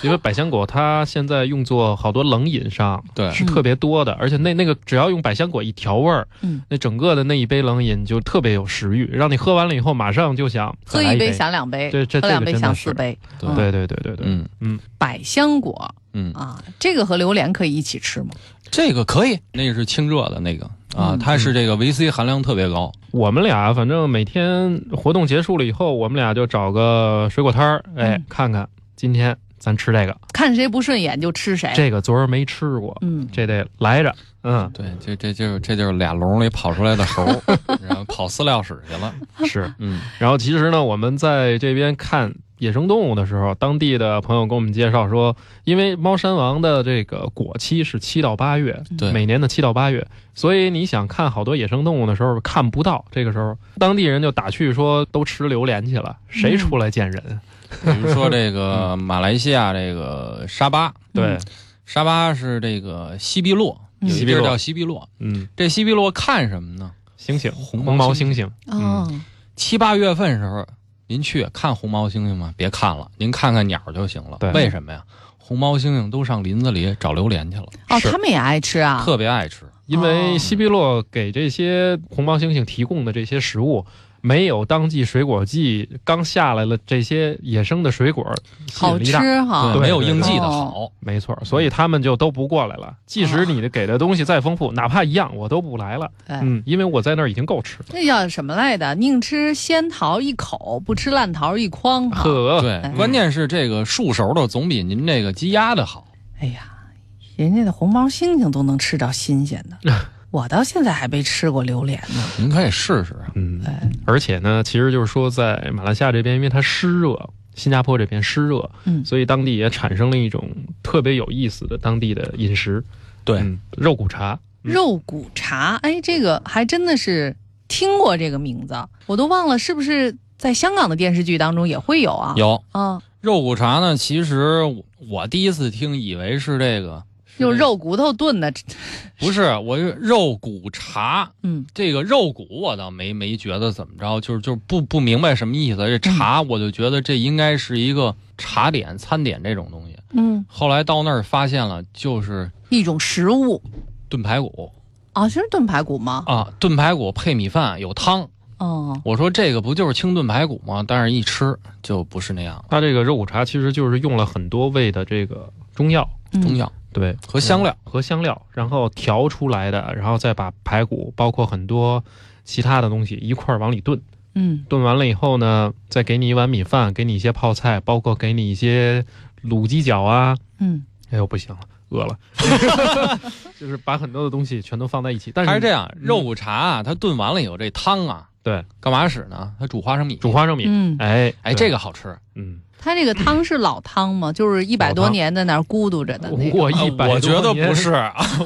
S3: 因为百香果它现在用作好多冷饮上
S2: 对
S3: 是特别多的，而且那那个只要用百香果一调味儿，
S1: 嗯，
S3: 那整个的那一杯冷饮就特别有食欲，让你喝完了以后马上就想
S1: 喝
S3: 再来
S1: 一
S3: 一
S1: 杯想两杯，
S3: 对这
S1: 喝两
S3: 这个
S1: 杯
S3: 真
S1: 想
S3: 的
S1: 四
S3: 是
S1: 杯。
S2: 对
S1: 嗯
S3: 对对对对对，
S2: 嗯
S1: 百香果
S2: 嗯，
S1: 啊，这个和榴莲可以一起吃吗？
S2: 这个可以，那个是清热的那个啊
S1: 嗯，
S2: 它是这个维 C 含量特别高。
S3: 我们俩反正每天活动结束了以后，我们俩就找个水果摊儿，哎，
S1: 嗯
S3: 看看今天咱吃这个，
S1: 看谁不顺眼就吃谁。
S3: 这个昨儿没吃过，
S1: 嗯，
S3: 这得来着， 嗯，
S2: 对，这这就是这就是俩笼里跑出来的猴，然后跑饲料室去了。
S3: 是。
S2: 嗯，
S3: 然后其实呢，我们在这边看野生动物的时候，当地的朋友跟我们介绍说，因为猫山王的这个果期是七到八月，
S1: 嗯
S2: 对，
S3: 每年的七到八月，所以你想看好多野生动物的时候看不到，这个时候当地人就打趣说都吃榴莲去了，
S1: 嗯
S3: 谁出来见人？
S2: 比如说这个马来西亚这个沙巴，
S3: 对，
S2: 沙巴是这个西碧洛，
S1: 嗯
S2: 有一地儿叫西碧洛。
S3: 嗯，
S2: 这西碧洛看什么呢？
S3: 猩猩，
S2: 红
S3: 红毛猩猩，
S1: 哦，
S2: 七八月份时候，您去看红毛猩猩吗？别看了，您看看鸟就行了
S3: 对。
S2: 为什么呀？红毛猩猩都上林子里找榴莲去了，
S1: 哦，
S3: 是
S1: 他们也爱吃啊。
S2: 特别爱吃。
S3: 因为西碧洛给这些红毛猩猩提供的这些食物。没有当季水果季刚下来了，这些野生的水果吸
S1: 好
S3: 引力大，
S1: 吃哈
S3: 对，
S2: 对，没有应季的
S1: 啊对哦
S2: 好。
S3: 没错，所以他们就都不过来了。即使你的给的东西再丰富，哪怕一样，我都不来了。
S1: 对
S3: 嗯，因为我在那儿已经够吃了。
S1: 那叫什么来的？宁吃仙桃一口，不吃烂桃一筐哈。
S3: 呵，
S2: 对，关键是这个树熟的总比您这个鸡鸭的好。
S1: 哎呀，人家的红毛猩猩都能吃着新鲜的， 我到现在还没吃过榴莲呢。
S2: 您可以试试啊。
S3: 嗯
S1: 哎，
S3: 而且呢，其实就是说，在马来西亚这边，因为它湿热，新加坡这边湿热，
S1: 嗯
S3: 所以当地也产生了一种特别有意思的当地的饮食，
S2: 对
S3: 嗯肉骨茶，
S1: 肉骨茶，哎，这个还真的是听过这个名字，我都忘了是不是在香港的电视剧当中也会有啊？
S2: 有
S1: 啊，
S2: 肉骨茶呢，其实我我第一次听以为是这个，是
S1: 用
S2: 这
S1: 肉骨头炖的，
S2: 不是我是肉骨茶，
S1: 嗯，
S2: 这个肉骨我倒没没觉得怎么着，就是就是不不明白什么意思。这茶
S3: 嗯
S2: 我就觉得这应该是一个茶点、餐点这种东西。
S1: 嗯，
S2: 后来到那儿发现了，就是
S1: 一种食物
S2: 炖排骨
S1: 啊，这是炖排骨吗？
S2: 啊，炖排骨配米饭有汤。
S1: 哦，
S2: 我说这个不就是清炖排骨吗？但是一吃就不是那样了，
S3: 它这个肉骨茶其实就是用了很多味的这个中药，
S2: 中
S1: 嗯，
S2: 药
S3: 对，
S2: 和香料。
S3: 和香料，然后调出来的，然后再把排骨包括很多其他的东西一块儿往里炖。
S1: 嗯，
S3: 炖完了以后呢，再给你一碗米饭，给你一些泡菜，包括给你一些卤鸡脚啊。
S1: 嗯，
S3: 哎呦，不行了，饿 了，就是把很多的东西全都放在一起。但
S2: 还是这样，
S3: 嗯
S2: 肉骨茶啊，它炖完了以后这汤啊，
S3: 对，
S2: 干嘛使呢？它煮花生米。
S3: 煮花生米，
S1: 嗯，
S3: 哎
S2: 哎，这个好吃。
S3: 嗯，
S1: 它这个汤是老汤吗？就是一百多
S3: 老汤
S1: 年在那儿咕嘟着的那种。
S3: 我一百，
S2: 呃我觉 得不是，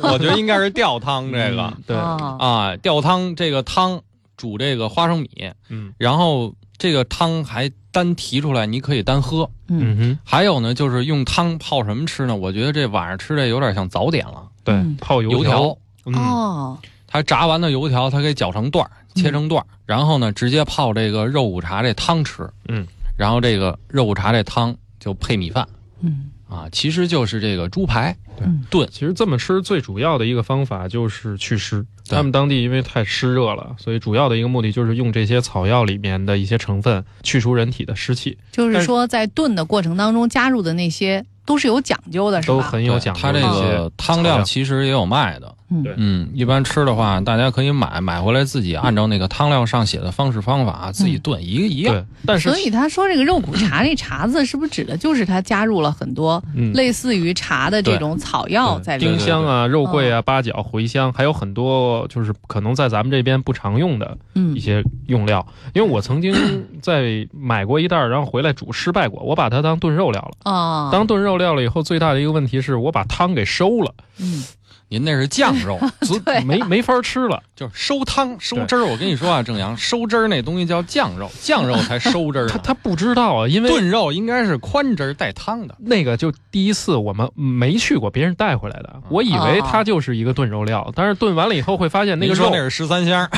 S2: 我觉得应该是吊汤这个、
S3: 嗯对，
S1: 啊，
S2: 啊，吊汤这个汤煮这个花生米，
S3: 嗯
S2: 然后这个汤还单提出来，你可以单喝。
S1: 嗯，
S3: 嗯哼，
S2: 还有呢，就是用汤泡什么吃呢？我觉得这晚上吃这有点像早点了，
S3: 对
S1: 嗯，
S3: 泡条，
S2: 油条。
S3: 嗯，
S1: 哦，
S2: 它炸完的油条，它给搅成段儿，切成段儿，然后呢，直接泡这个肉骨茶这汤吃。
S3: 嗯，
S2: 然后这个肉骨茶这汤就配米饭
S1: 嗯
S2: 啊，其实就是这个猪排。
S3: 其实这么吃最主要的一个方法就是祛湿。
S2: 对
S3: 他们当地因为太湿热了，所以主要的一个目的就是用这些草药里面的一些成分去除人体的湿气，
S1: 就是
S3: 但是
S1: 说在炖的过程当中加入的那些都是有讲究的，是
S3: 都
S1: 吧？
S3: 很有
S2: 对
S3: 讲究。
S2: 它这个汤料
S3: 料
S2: 其实也有卖的，
S1: 嗯
S3: 对
S2: 嗯，一般吃的话，大家可以买买回来自己按照那个汤料上写的方式方法自己炖，一个一样。
S3: 对，但是
S1: 所以他说这个肉骨茶这茶字是不是指的就是它加入了很多
S3: 嗯，
S1: 类似于茶的这种草药
S3: 对
S1: 在里
S2: 对嗯
S1: 面
S3: 丁？香啊、肉桂啊、八角、茴香，还有很多就是可能在咱们这边不常用的
S1: 嗯
S3: 一些用料。因为我曾 经在买过一袋儿，然后回来煮失败过，我把它当炖肉料了。
S2: 嗯
S1: 啊，
S3: 当炖肉料了以后，最大的一个问题是我把汤给收了，
S1: 嗯
S2: 您那是酱 肉，
S3: 足
S2: 哎
S1: 对啊
S3: 没没法吃了。
S2: 就是收汤收汁儿。我跟你说啊，正阳收汁儿那东西叫酱肉，酱肉才收汁儿呢。
S3: 他他不知道啊，因为
S2: 炖肉应该是宽汁儿带汤的，
S3: 那个就第一次我们没去过，别人带回来
S2: 嗯
S3: 的，我以为它就是一个炖肉料，但是炖完了以后会发现那个
S2: 您
S3: 肉
S2: 说那是十三香儿，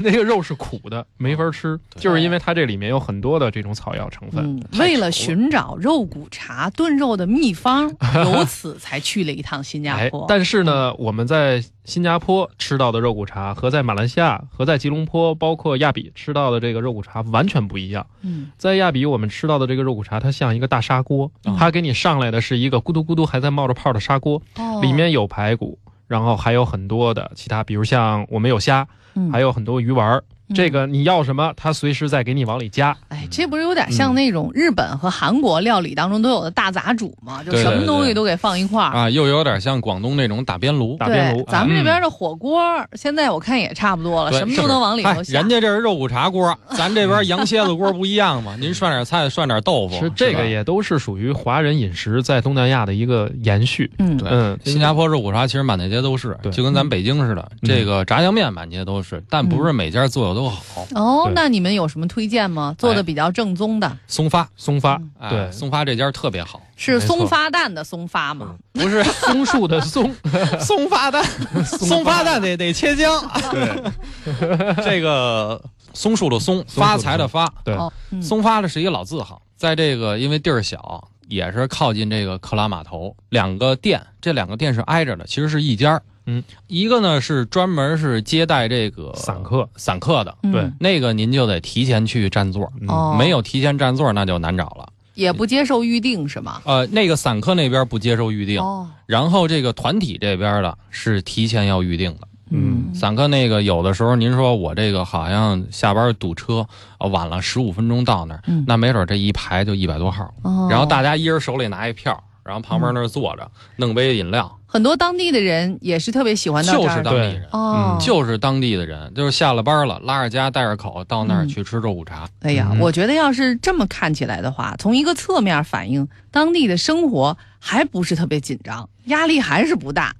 S3: 那个肉是苦的，没法吃，
S2: 对
S3: 就是因为它这里面有很多的这种草药成分。
S1: 嗯，为了寻找肉骨茶炖肉的秘 方，由此才去了一趟新加
S3: 哎
S1: 坡。，嗯
S3: 但是呢，我们在新加坡吃到的肉骨茶和在马来西亚、和在吉隆坡，包括亚比吃到的这个肉骨茶完全不一样。
S1: 嗯
S3: 在亚比，我们吃到的这个肉骨茶，它像一个大砂锅
S2: 嗯，
S3: 它给你上来的是一个咕嘟咕嘟还在冒着泡的砂锅，
S1: 哦，
S3: 里面有排骨，然后还有很多的其他，比如像我们有虾，
S1: 嗯
S3: 还有很多鱼丸儿。
S1: 嗯
S3: 这个你要什么，它随时再给你往里加。
S1: 哎，这不是有
S3: 嗯
S1: 点像那种日本和韩国料理当中都有的大杂煮吗？就
S2: 对
S1: 什
S2: 对
S1: 么
S2: 对
S1: 东西都给放一块儿。
S2: 啊，又有点像广东那种打边炉。
S3: 打边炉
S1: 对，咱们
S3: 啊
S1: 这边的火锅，现在我看也差不多了，
S2: 对
S1: 什么都能往里
S2: 哎
S1: 头，下。
S2: 人家这是肉骨茶锅，咱这边羊蝎子锅不一样 嘛。您涮点菜，涮点豆腐，
S3: 是这
S2: 吧
S3: 个也都是属于华人饮食在东南亚的一个延续。
S1: 嗯，
S2: 对
S3: 嗯，
S2: 新加坡肉骨茶其实满大街都是，
S3: 对
S2: 就跟咱北京似的，这个炸酱面满街都是，但不是
S1: 嗯
S2: 每家做的都好。
S1: 哦
S3: 对，哎
S1: 那你们有什么推荐吗？做的比较正宗的，
S2: 松发，
S3: 松发
S1: 嗯，
S2: 哎
S3: 对，
S2: 松发这家特别好，
S1: 是
S3: 没错
S1: 松发蛋的松发吗？
S2: 不 是
S3: 松树的松，
S2: 松发蛋，松发蛋得得切姜。对， 这个松树的松，
S3: 松
S2: 发财的发，
S3: 对
S1: 哦，嗯
S2: 松发的是一个老字号，在这个因为地儿小，也是靠近这个克拉码头，两个店，这两个店是挨着的，其实是一家儿。
S3: 嗯，
S2: 一个呢是专门是接待这个
S3: 散客。
S2: 散客的，
S1: 嗯
S3: 对
S2: 那个您就得提前去占座，
S3: 嗯
S1: 哦，
S2: 没有提前占座那就难找了。
S1: 也不接受预定是吗？
S2: 呃，那个散客那边不接受预定，
S1: 哦，
S2: 然后这个团体这边的是提前要预定的。
S1: 嗯，
S2: 散客那个有的时候您说我这个好像下班堵车，呃、晚了十五分钟到那儿，
S1: 嗯
S2: 那没准这一排就一百多号，
S1: 哦嗯
S2: 然后大家一人手里拿一票，然后旁边那儿坐着，弄杯饮料，
S1: 很多当地的人也是特别喜欢到
S2: 就
S1: 这儿
S2: 是
S1: 的
S2: 当地人。
S1: 哦，
S2: 就是当地的人，就是下了班了，拉着家带着口到那儿
S1: 嗯
S2: 去吃肉骨茶。
S1: 哎呀，
S3: 嗯
S1: 我觉得要是这么看起来的话，从一个侧面反映当地的生活还不是特别紧张，压力还是不大。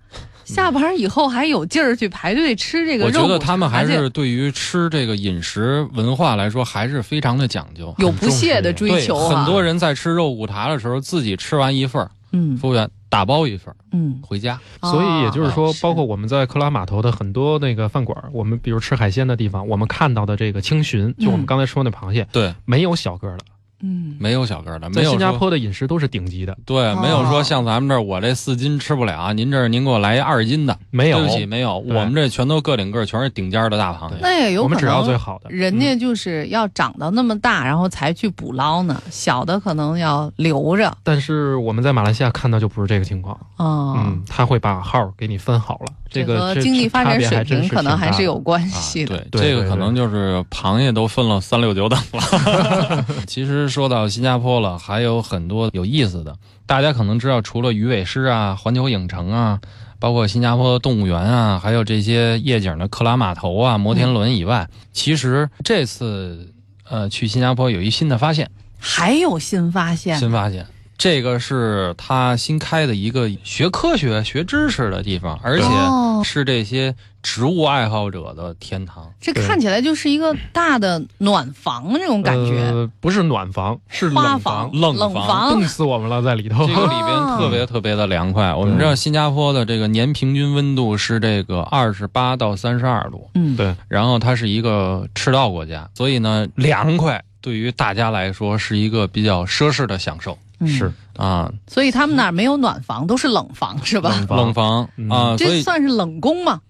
S1: 下班以后还有劲儿去排队吃这个
S2: 嗯我
S1: 肉
S2: 觉
S1: 骨茶去，
S2: 得他们还是对于吃这个饮食文化来说，还是非常的讲究。
S1: 有不懈的追
S2: 对，
S1: 求啊。
S2: 很多人在吃肉骨茶的时候，自己吃完一份儿，
S1: 嗯
S2: 服务员打包一份儿
S1: 嗯，
S2: 回家。
S3: 所以也就是
S1: 哦
S3: 说，包括
S1: 是
S3: 我们在克拉码头的很多那个饭馆，我们比如吃海鲜的地方，我们看到的这个青鲟，就我们刚才说那螃蟹，
S2: 对，
S3: 没有小个儿的，
S1: 嗯
S2: 没有小个儿的，没
S3: 在
S2: 有
S3: 新加
S2: 说
S3: 坡的饮食都是顶级的，
S2: 对，
S1: 哦
S2: 没有说像咱们这儿我这四斤吃不了，啊您这儿您给我来一二斤的，
S3: 没有
S2: 对，不起，没有，
S3: 对
S2: 我们这全都个顶个儿，全是顶尖儿的大螃蟹。
S1: 那也有
S3: 我们
S1: 可
S3: 只要最
S1: 能
S3: 好的。
S1: 人
S2: 嗯
S1: 家就是要长到那么大，然后才去捕捞呢，小的可能要留着
S3: 但是我们在马来西亚看到就不是这个情况，
S1: 啊。
S3: 嗯，他会把号给你分好了，这个
S1: 和
S3: 这
S1: 经济发展
S3: 差别
S1: 水
S3: 还真
S1: 平可能
S3: 挺大
S1: 还是
S3: 的
S1: 有关
S2: 啊，
S1: 系的。
S2: 对，
S3: 对
S2: 这个
S3: 对
S2: 可
S3: 对
S2: 能就是螃蟹都分了三六九等 了。其实说到新加坡了，还有很多有意思的。大家可能知道，除了鱼尾狮啊、环球影城啊，包括新加坡动物园啊，还有这些夜景的克拉码头啊、摩天轮以外，
S1: 嗯
S2: 其实这次呃去新加坡有一新的发现，
S1: 还有新发现
S2: 新发现。这个是他新开的一个学科学、学知识的地方，而且
S1: 哦
S2: 是这些植物爱好者的天堂。
S1: 这
S3: 对
S1: 看起来就是一个大的暖房那种感觉，啊
S3: 呃不是暖房，是
S1: 花
S3: 冷
S1: 房、
S2: 冷
S1: 冷
S2: 房
S3: 冻死我们了，在里头
S2: 这。个里边特别特别的凉快。我们知道新加坡的这个年平均温度是这个二十八到三十二度，
S1: 嗯，
S3: 对
S2: 然后它是一个赤道国家，所以呢，凉快对于大家来说是一个比较奢侈的享受
S1: 嗯
S3: 是。
S2: 啊。
S1: 所以他们那儿没有暖房，都是冷房，是吧？
S3: 冷房
S2: 冷房
S3: 嗯
S2: 啊，所
S1: 这
S2: 以
S1: 算是冷宫嘛？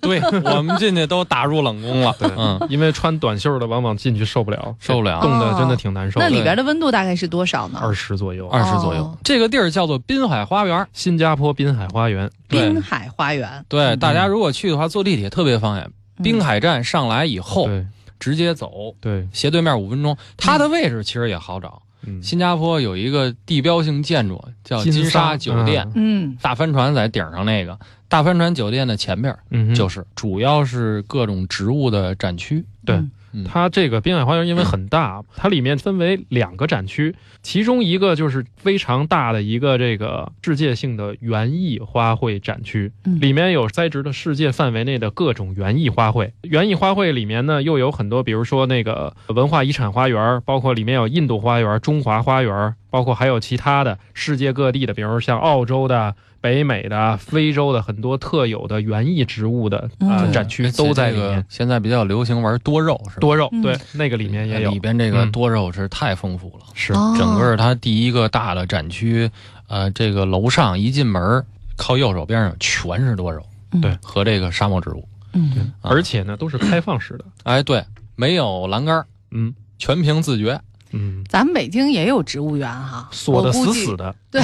S2: 对我们进去都打入冷宫了，
S3: 对
S2: 嗯，
S3: 因为穿短袖的往往进去受不了，
S2: 受不了
S3: 冻的真的挺难受
S1: 哦那
S3: 的。
S1: 里边的温度大概是多少
S3: 二
S1: 呢？
S3: 十左右，
S2: 二十左右
S1: 哦。
S2: 这个地儿叫做滨海花园，
S3: 新加坡滨海花园，
S2: 对
S1: 滨海花园，
S2: 对，
S1: 嗯
S2: 大家如果去的话，坐地铁特别方便。滨海站上来以后，
S3: 对
S2: 直接走，
S3: 对，
S2: 斜对面五分钟，它的位置其实也好找。
S3: 嗯，
S2: 新加坡有一个地标性建筑叫金沙酒店，
S3: 嗯
S1: 嗯
S2: 大帆船在顶上那个大帆船酒店的前面
S3: 嗯哼，
S2: 就是，主要是各种植物的展区。
S3: 对
S1: 嗯
S2: 嗯
S3: 它这个滨海花园因为很大，它里面分为两个展区，其中一个就是非常大的一个这个世界性的园艺花卉展区，
S1: 嗯
S3: 里面有栽植的世界范围内的各种园艺花卉。园艺花卉里面呢，又有很多，比如说那个呃文化遗产花园，包括里面有印度花园、中华花园，包括还有其他的世界各地的，比如像澳洲的。北美的、非洲的很多特有的园艺植物的啊、
S1: 嗯
S3: 展区
S2: 而且
S3: 都在里
S2: 这
S3: 面
S2: 个，现在比较流行玩多肉，是吧？
S3: 多肉，
S1: 嗯
S3: 对，那个里面也有，
S2: 里边这个
S3: 嗯
S2: 多肉是太丰富了。
S3: 是
S1: 哦
S2: 整个它第一个大的展区，呃，这个楼上一进门，靠右手边上全是多肉，
S1: 嗯
S3: 对
S2: 和这个沙漠植物。
S1: 嗯，
S2: 啊
S3: 而且呢都是开放式的，
S2: 哎，对，没有栏杆儿，
S3: 嗯
S2: 全凭自觉。
S3: 嗯，
S1: 咱们北京也有植物园哈，
S3: 锁得
S1: 我
S3: 死
S1: 估计
S3: 死的，
S1: 对，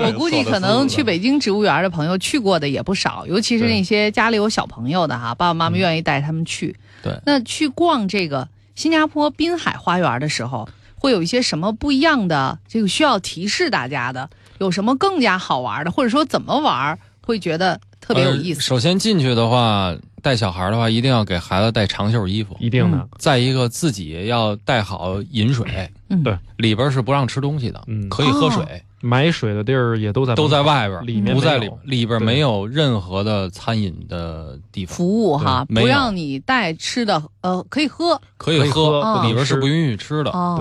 S1: 我估计可能去北京植物园的朋友去过的也不少，尤其是那些家里有小朋友的哈，爸爸妈妈愿意带他们去。
S2: 嗯对，
S1: 那去逛这个新加坡滨海花园的时候，会有一些什么不一样的？这个需要提示大家的，有什么更加好玩的，或者说怎么玩会觉得特别有意
S2: 呃
S1: 思？
S2: 首先进去的话，带小孩的话，一定要给孩子带长袖衣服。
S3: 一定的，
S2: 再一个，自己要带好 饮水，
S1: 嗯，
S3: 对
S2: 里边是不让吃东西的，
S3: 嗯，
S2: 可以喝水，
S3: 买水的地儿也
S1: 啊
S3: 都在
S2: 都在外边，
S3: 里面
S2: 不在
S3: 没
S2: 里
S3: 有
S2: 里边
S3: 对
S2: 没有任何的餐饮的地方，
S1: 服务哈，
S2: 对没有
S1: 不让你带吃的，呃，可以喝
S2: 可
S3: 可以喝
S1: 不能
S2: 里边是
S3: 吃
S2: 不允许吃的啊、
S1: 哦。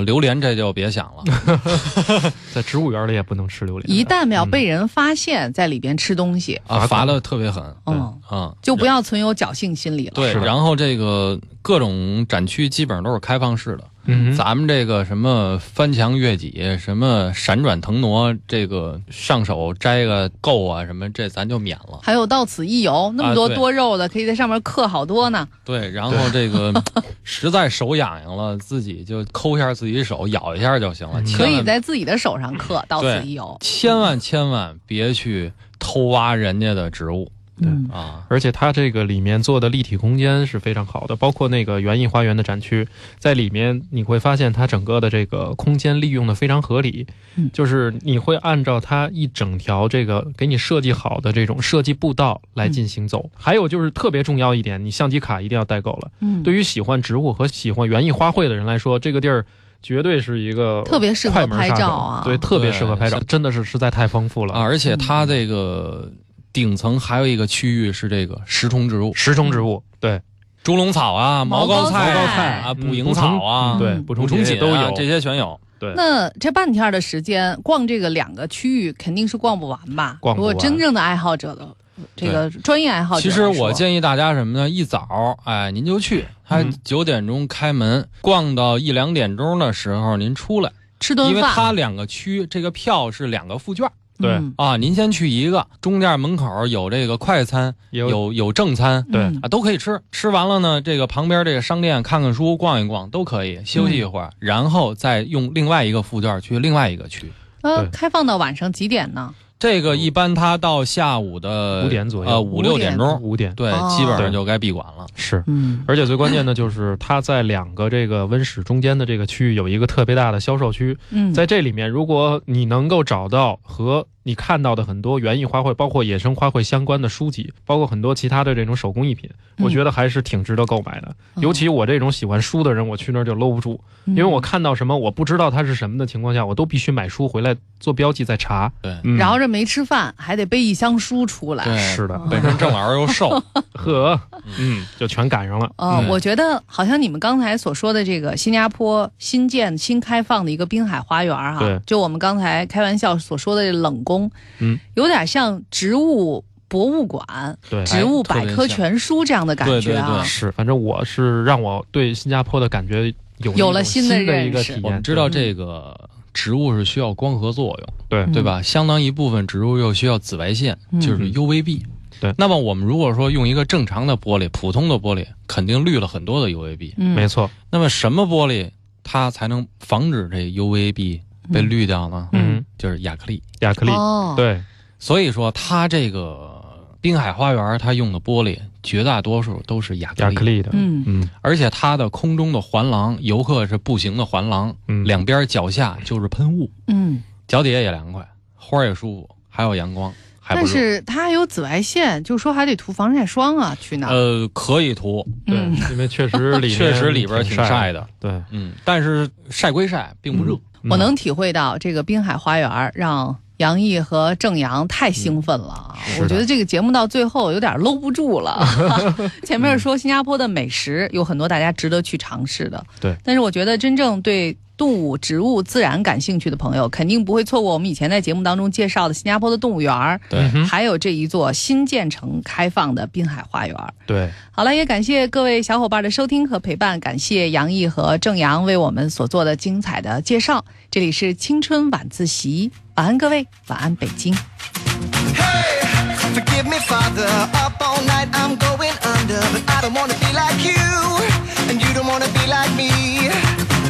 S3: 对，
S2: 榴莲这就别想了，
S3: 在植物园里也不能吃榴莲，
S1: 一旦
S2: 嗯
S1: 要被人发现在里边吃东西，
S3: 罚
S2: 啊，
S3: 款
S2: 罚的特别狠啊、
S3: 对
S1: 嗯，
S2: 嗯
S1: 就不要存有侥幸心理了。
S2: 对，
S3: 是的
S2: 然后这个各种展区基本上都是开放式的，
S3: 嗯，
S2: 咱们这个什么翻墙越脊、什么闪转腾挪，这个上手摘个够啊，什么这咱就免了。
S1: 还有到此一游，那么多
S2: 啊对
S1: 多肉的，可以在上面刻好多呢。
S2: 对，然后这 个实在手痒痒了，自己就抠一下自己手，咬一下就行了。
S3: 嗯
S2: 千
S1: 可
S2: 万
S1: 以在自己的手上刻“到此一游
S2: 千万千万别去偷挖人家的植物，
S3: 对
S1: 嗯
S2: 啊，
S3: 而且它这个里面做的立体空间是非常好的，包括那个园艺花园的展区，在里面你会发现它整个的这个空间利用的非常合理
S1: 嗯，
S3: 就是你会按照它一整条这个给你设计好的这种设计步道来
S1: 嗯
S3: 进行走。还有就是特别重要一点，你相机卡一定要带够了。
S1: 嗯，
S3: 对于喜欢植物和喜欢园艺花卉的人来说，这个地儿。绝对是一个
S1: 特别适合
S3: 快门
S1: 拍
S3: 杀手
S1: 照啊
S3: 对，特别
S2: 对
S3: 适合拍照
S2: 是，
S3: 真的是实在太丰富了
S2: 啊，。而且它这个顶层还有一个区域是这个食虫植物，
S3: 食虫植物，对
S2: 猪笼草啊、
S1: 毛
S2: 毛
S1: 膏
S2: 膏
S1: 菜
S2: 菜啊、
S1: 嗯
S2: 捕蝇草啊、
S3: 对，
S1: 嗯
S3: 捕
S2: 捕
S3: 虫
S2: 虫
S3: 节
S2: 锦
S3: 都
S2: 啊
S3: 有
S2: 这些全有。
S3: 对
S1: 那这半天的时间逛这个两个区域，肯定是逛不完吧？
S3: 逛
S1: 如
S3: 不完
S1: 果真正的爱好者的这个专业爱好者
S2: 其
S1: 来
S2: 实
S1: 说，
S2: 我建议大家什么呢？一早，哎，您就去，它
S3: 嗯
S2: 九点钟开门，逛到一两点钟的时候您出来，
S1: 吃
S2: 因
S1: 顿
S2: 为
S1: 饭，
S2: 它两个区这个票是两个附券
S3: 对
S1: 嗯
S2: 啊，您先去一个，中间门口有这个快餐，
S3: 也有
S2: 有有正餐。
S3: 对
S1: 嗯
S2: 啊，都可以吃。吃完了呢，这个旁边这个商店看看书、逛一逛都可以，休息一
S1: 嗯
S2: 会儿，然后再用另外一个附券去另外一个区。
S1: 呃，
S3: 对
S1: 开放到晚上几点呢？
S2: 这个一般它到下午的
S3: 五点左右
S2: 呃五六点钟，
S3: 五点
S2: 对，
S1: 哦
S2: 基本上就该闭馆了。
S3: 是。
S1: 嗯，
S3: 而且最关键的就是，它在两个这个温室中间的这个区域有一个特别大的销售区，
S1: 嗯，
S3: 在这里面，如果你能够找到和你看到的很多园艺花卉，包括野生花卉相关的书籍，包括很多其他的这种手工艺品，
S1: 嗯
S3: 我觉得还是挺值得购买的。
S1: 嗯
S3: 尤其我这种喜欢书的人，我去那儿就搂不住，
S1: 因
S3: 因为我看到什么我不知道它是什么的情况下，我都必须买书回来做标记再查。
S2: 对
S3: 嗯
S1: 然后这没吃饭，还得背一箱书出来。
S2: 对，
S3: 是的，
S2: 本身郑老师又 瘦，
S3: 呵，嗯，就全赶上了。
S1: 呃，
S2: 嗯
S1: 我觉得好像你们刚才所说的这个新加坡新建、新开放的一个滨海花园儿哈、
S3: 对
S1: 就我们刚才开玩笑所说的这冷宫，
S3: 嗯，
S1: 有点像植物博物馆、
S3: 对，
S1: 植物百科全书这样的感觉
S2: 对
S1: 啊
S2: 对。
S3: 是，反正我是让我对新加坡的感觉有
S1: 有了
S3: 新
S1: 新的
S3: 的一
S1: 认
S3: 个
S1: 识
S3: 体验。嗯
S2: 我们知道这个植物是需要光合作用。
S3: 对
S1: 嗯
S2: 对吧？相当一部分植物又需要紫外线，
S1: 嗯
S2: 就是 UVB。
S3: 对
S2: 那么我们如果说用一个正常的玻璃，普通的玻璃肯定滤了很多的 UVB。
S1: 嗯，
S3: 没错，
S2: 那么什么玻璃它才能防止这 UVB 被滤掉呢？
S1: 嗯
S3: 嗯，
S2: 就是亚克力。
S3: 亚克力，
S1: 哦，，
S3: 对，
S2: 所以说，它这个滨海花园它用的玻璃绝大多数都是亚克
S3: 亚
S2: 力，
S3: 克力的，
S1: 嗯
S3: 嗯
S2: 而且它的空中的环廊，游客是步行的环廊，
S3: 嗯，
S2: 两边脚下就是喷雾，
S1: 嗯，
S2: 脚底下也凉快，花儿也舒服，还有阳光，还
S1: 但
S2: 不热。
S1: 是它还有紫外线，就说还得涂防晒霜啊，去那儿。
S2: 呃，可以涂，
S3: 对
S1: 嗯，，
S3: 因为确实里面
S2: 确实里边挺晒
S3: 晒，
S2: 的，
S3: 对，
S2: 嗯，但是晒归晒，并不热。
S1: 我
S3: 嗯
S1: 能体会到这个滨海花园儿让杨毅和郑阳太兴奋了啊，
S3: 嗯是的
S1: 我觉得这个节目到最后有点搂不住 了。 前面说新加坡的美食有很多大家值得去尝试的，
S3: 对，
S1: 但是我觉得真正对。动物、植物、自然感兴趣的朋友，肯定不会错过我们以前在节目当中介绍的新加坡的动物园儿，
S3: 嗯哼
S1: 还有这一座新建成开放的滨海花园儿。
S3: 对，
S1: 好了，也感谢各位小伙伴的收听和陪伴，感谢杨毅和郑阳为我们所做的精彩的介绍。这里是青春晚自习，晚安各位，晚安北京。
S4: Forgive me, Father. Up all night, I'm going under. But I don't wanna be like you, and you don't wanna be like me.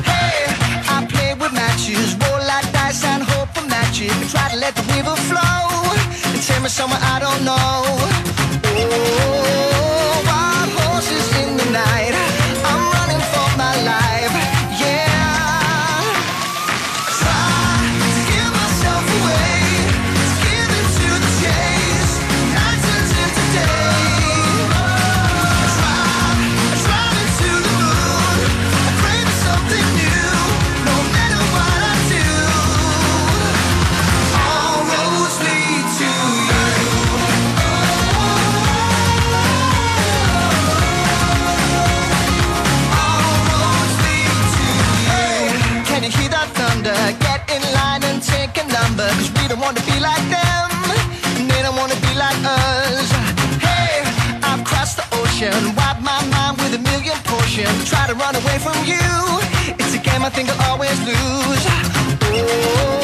S4: Hey, I play with matches, roll like dice, and hope for magic. But try to let the river flow and take me somewhere I don't know. Oh, wild horses in the night. I'm running for my life. Yeah. Can you hear that thunder? Get in line and take a number. Cause we don't wanna be like them. And they don't wanna be like us. Hey, I've crossed the ocean, wiped my mind with a million potions. Try to run away from you. It's a game I think I'll always lose. Oh,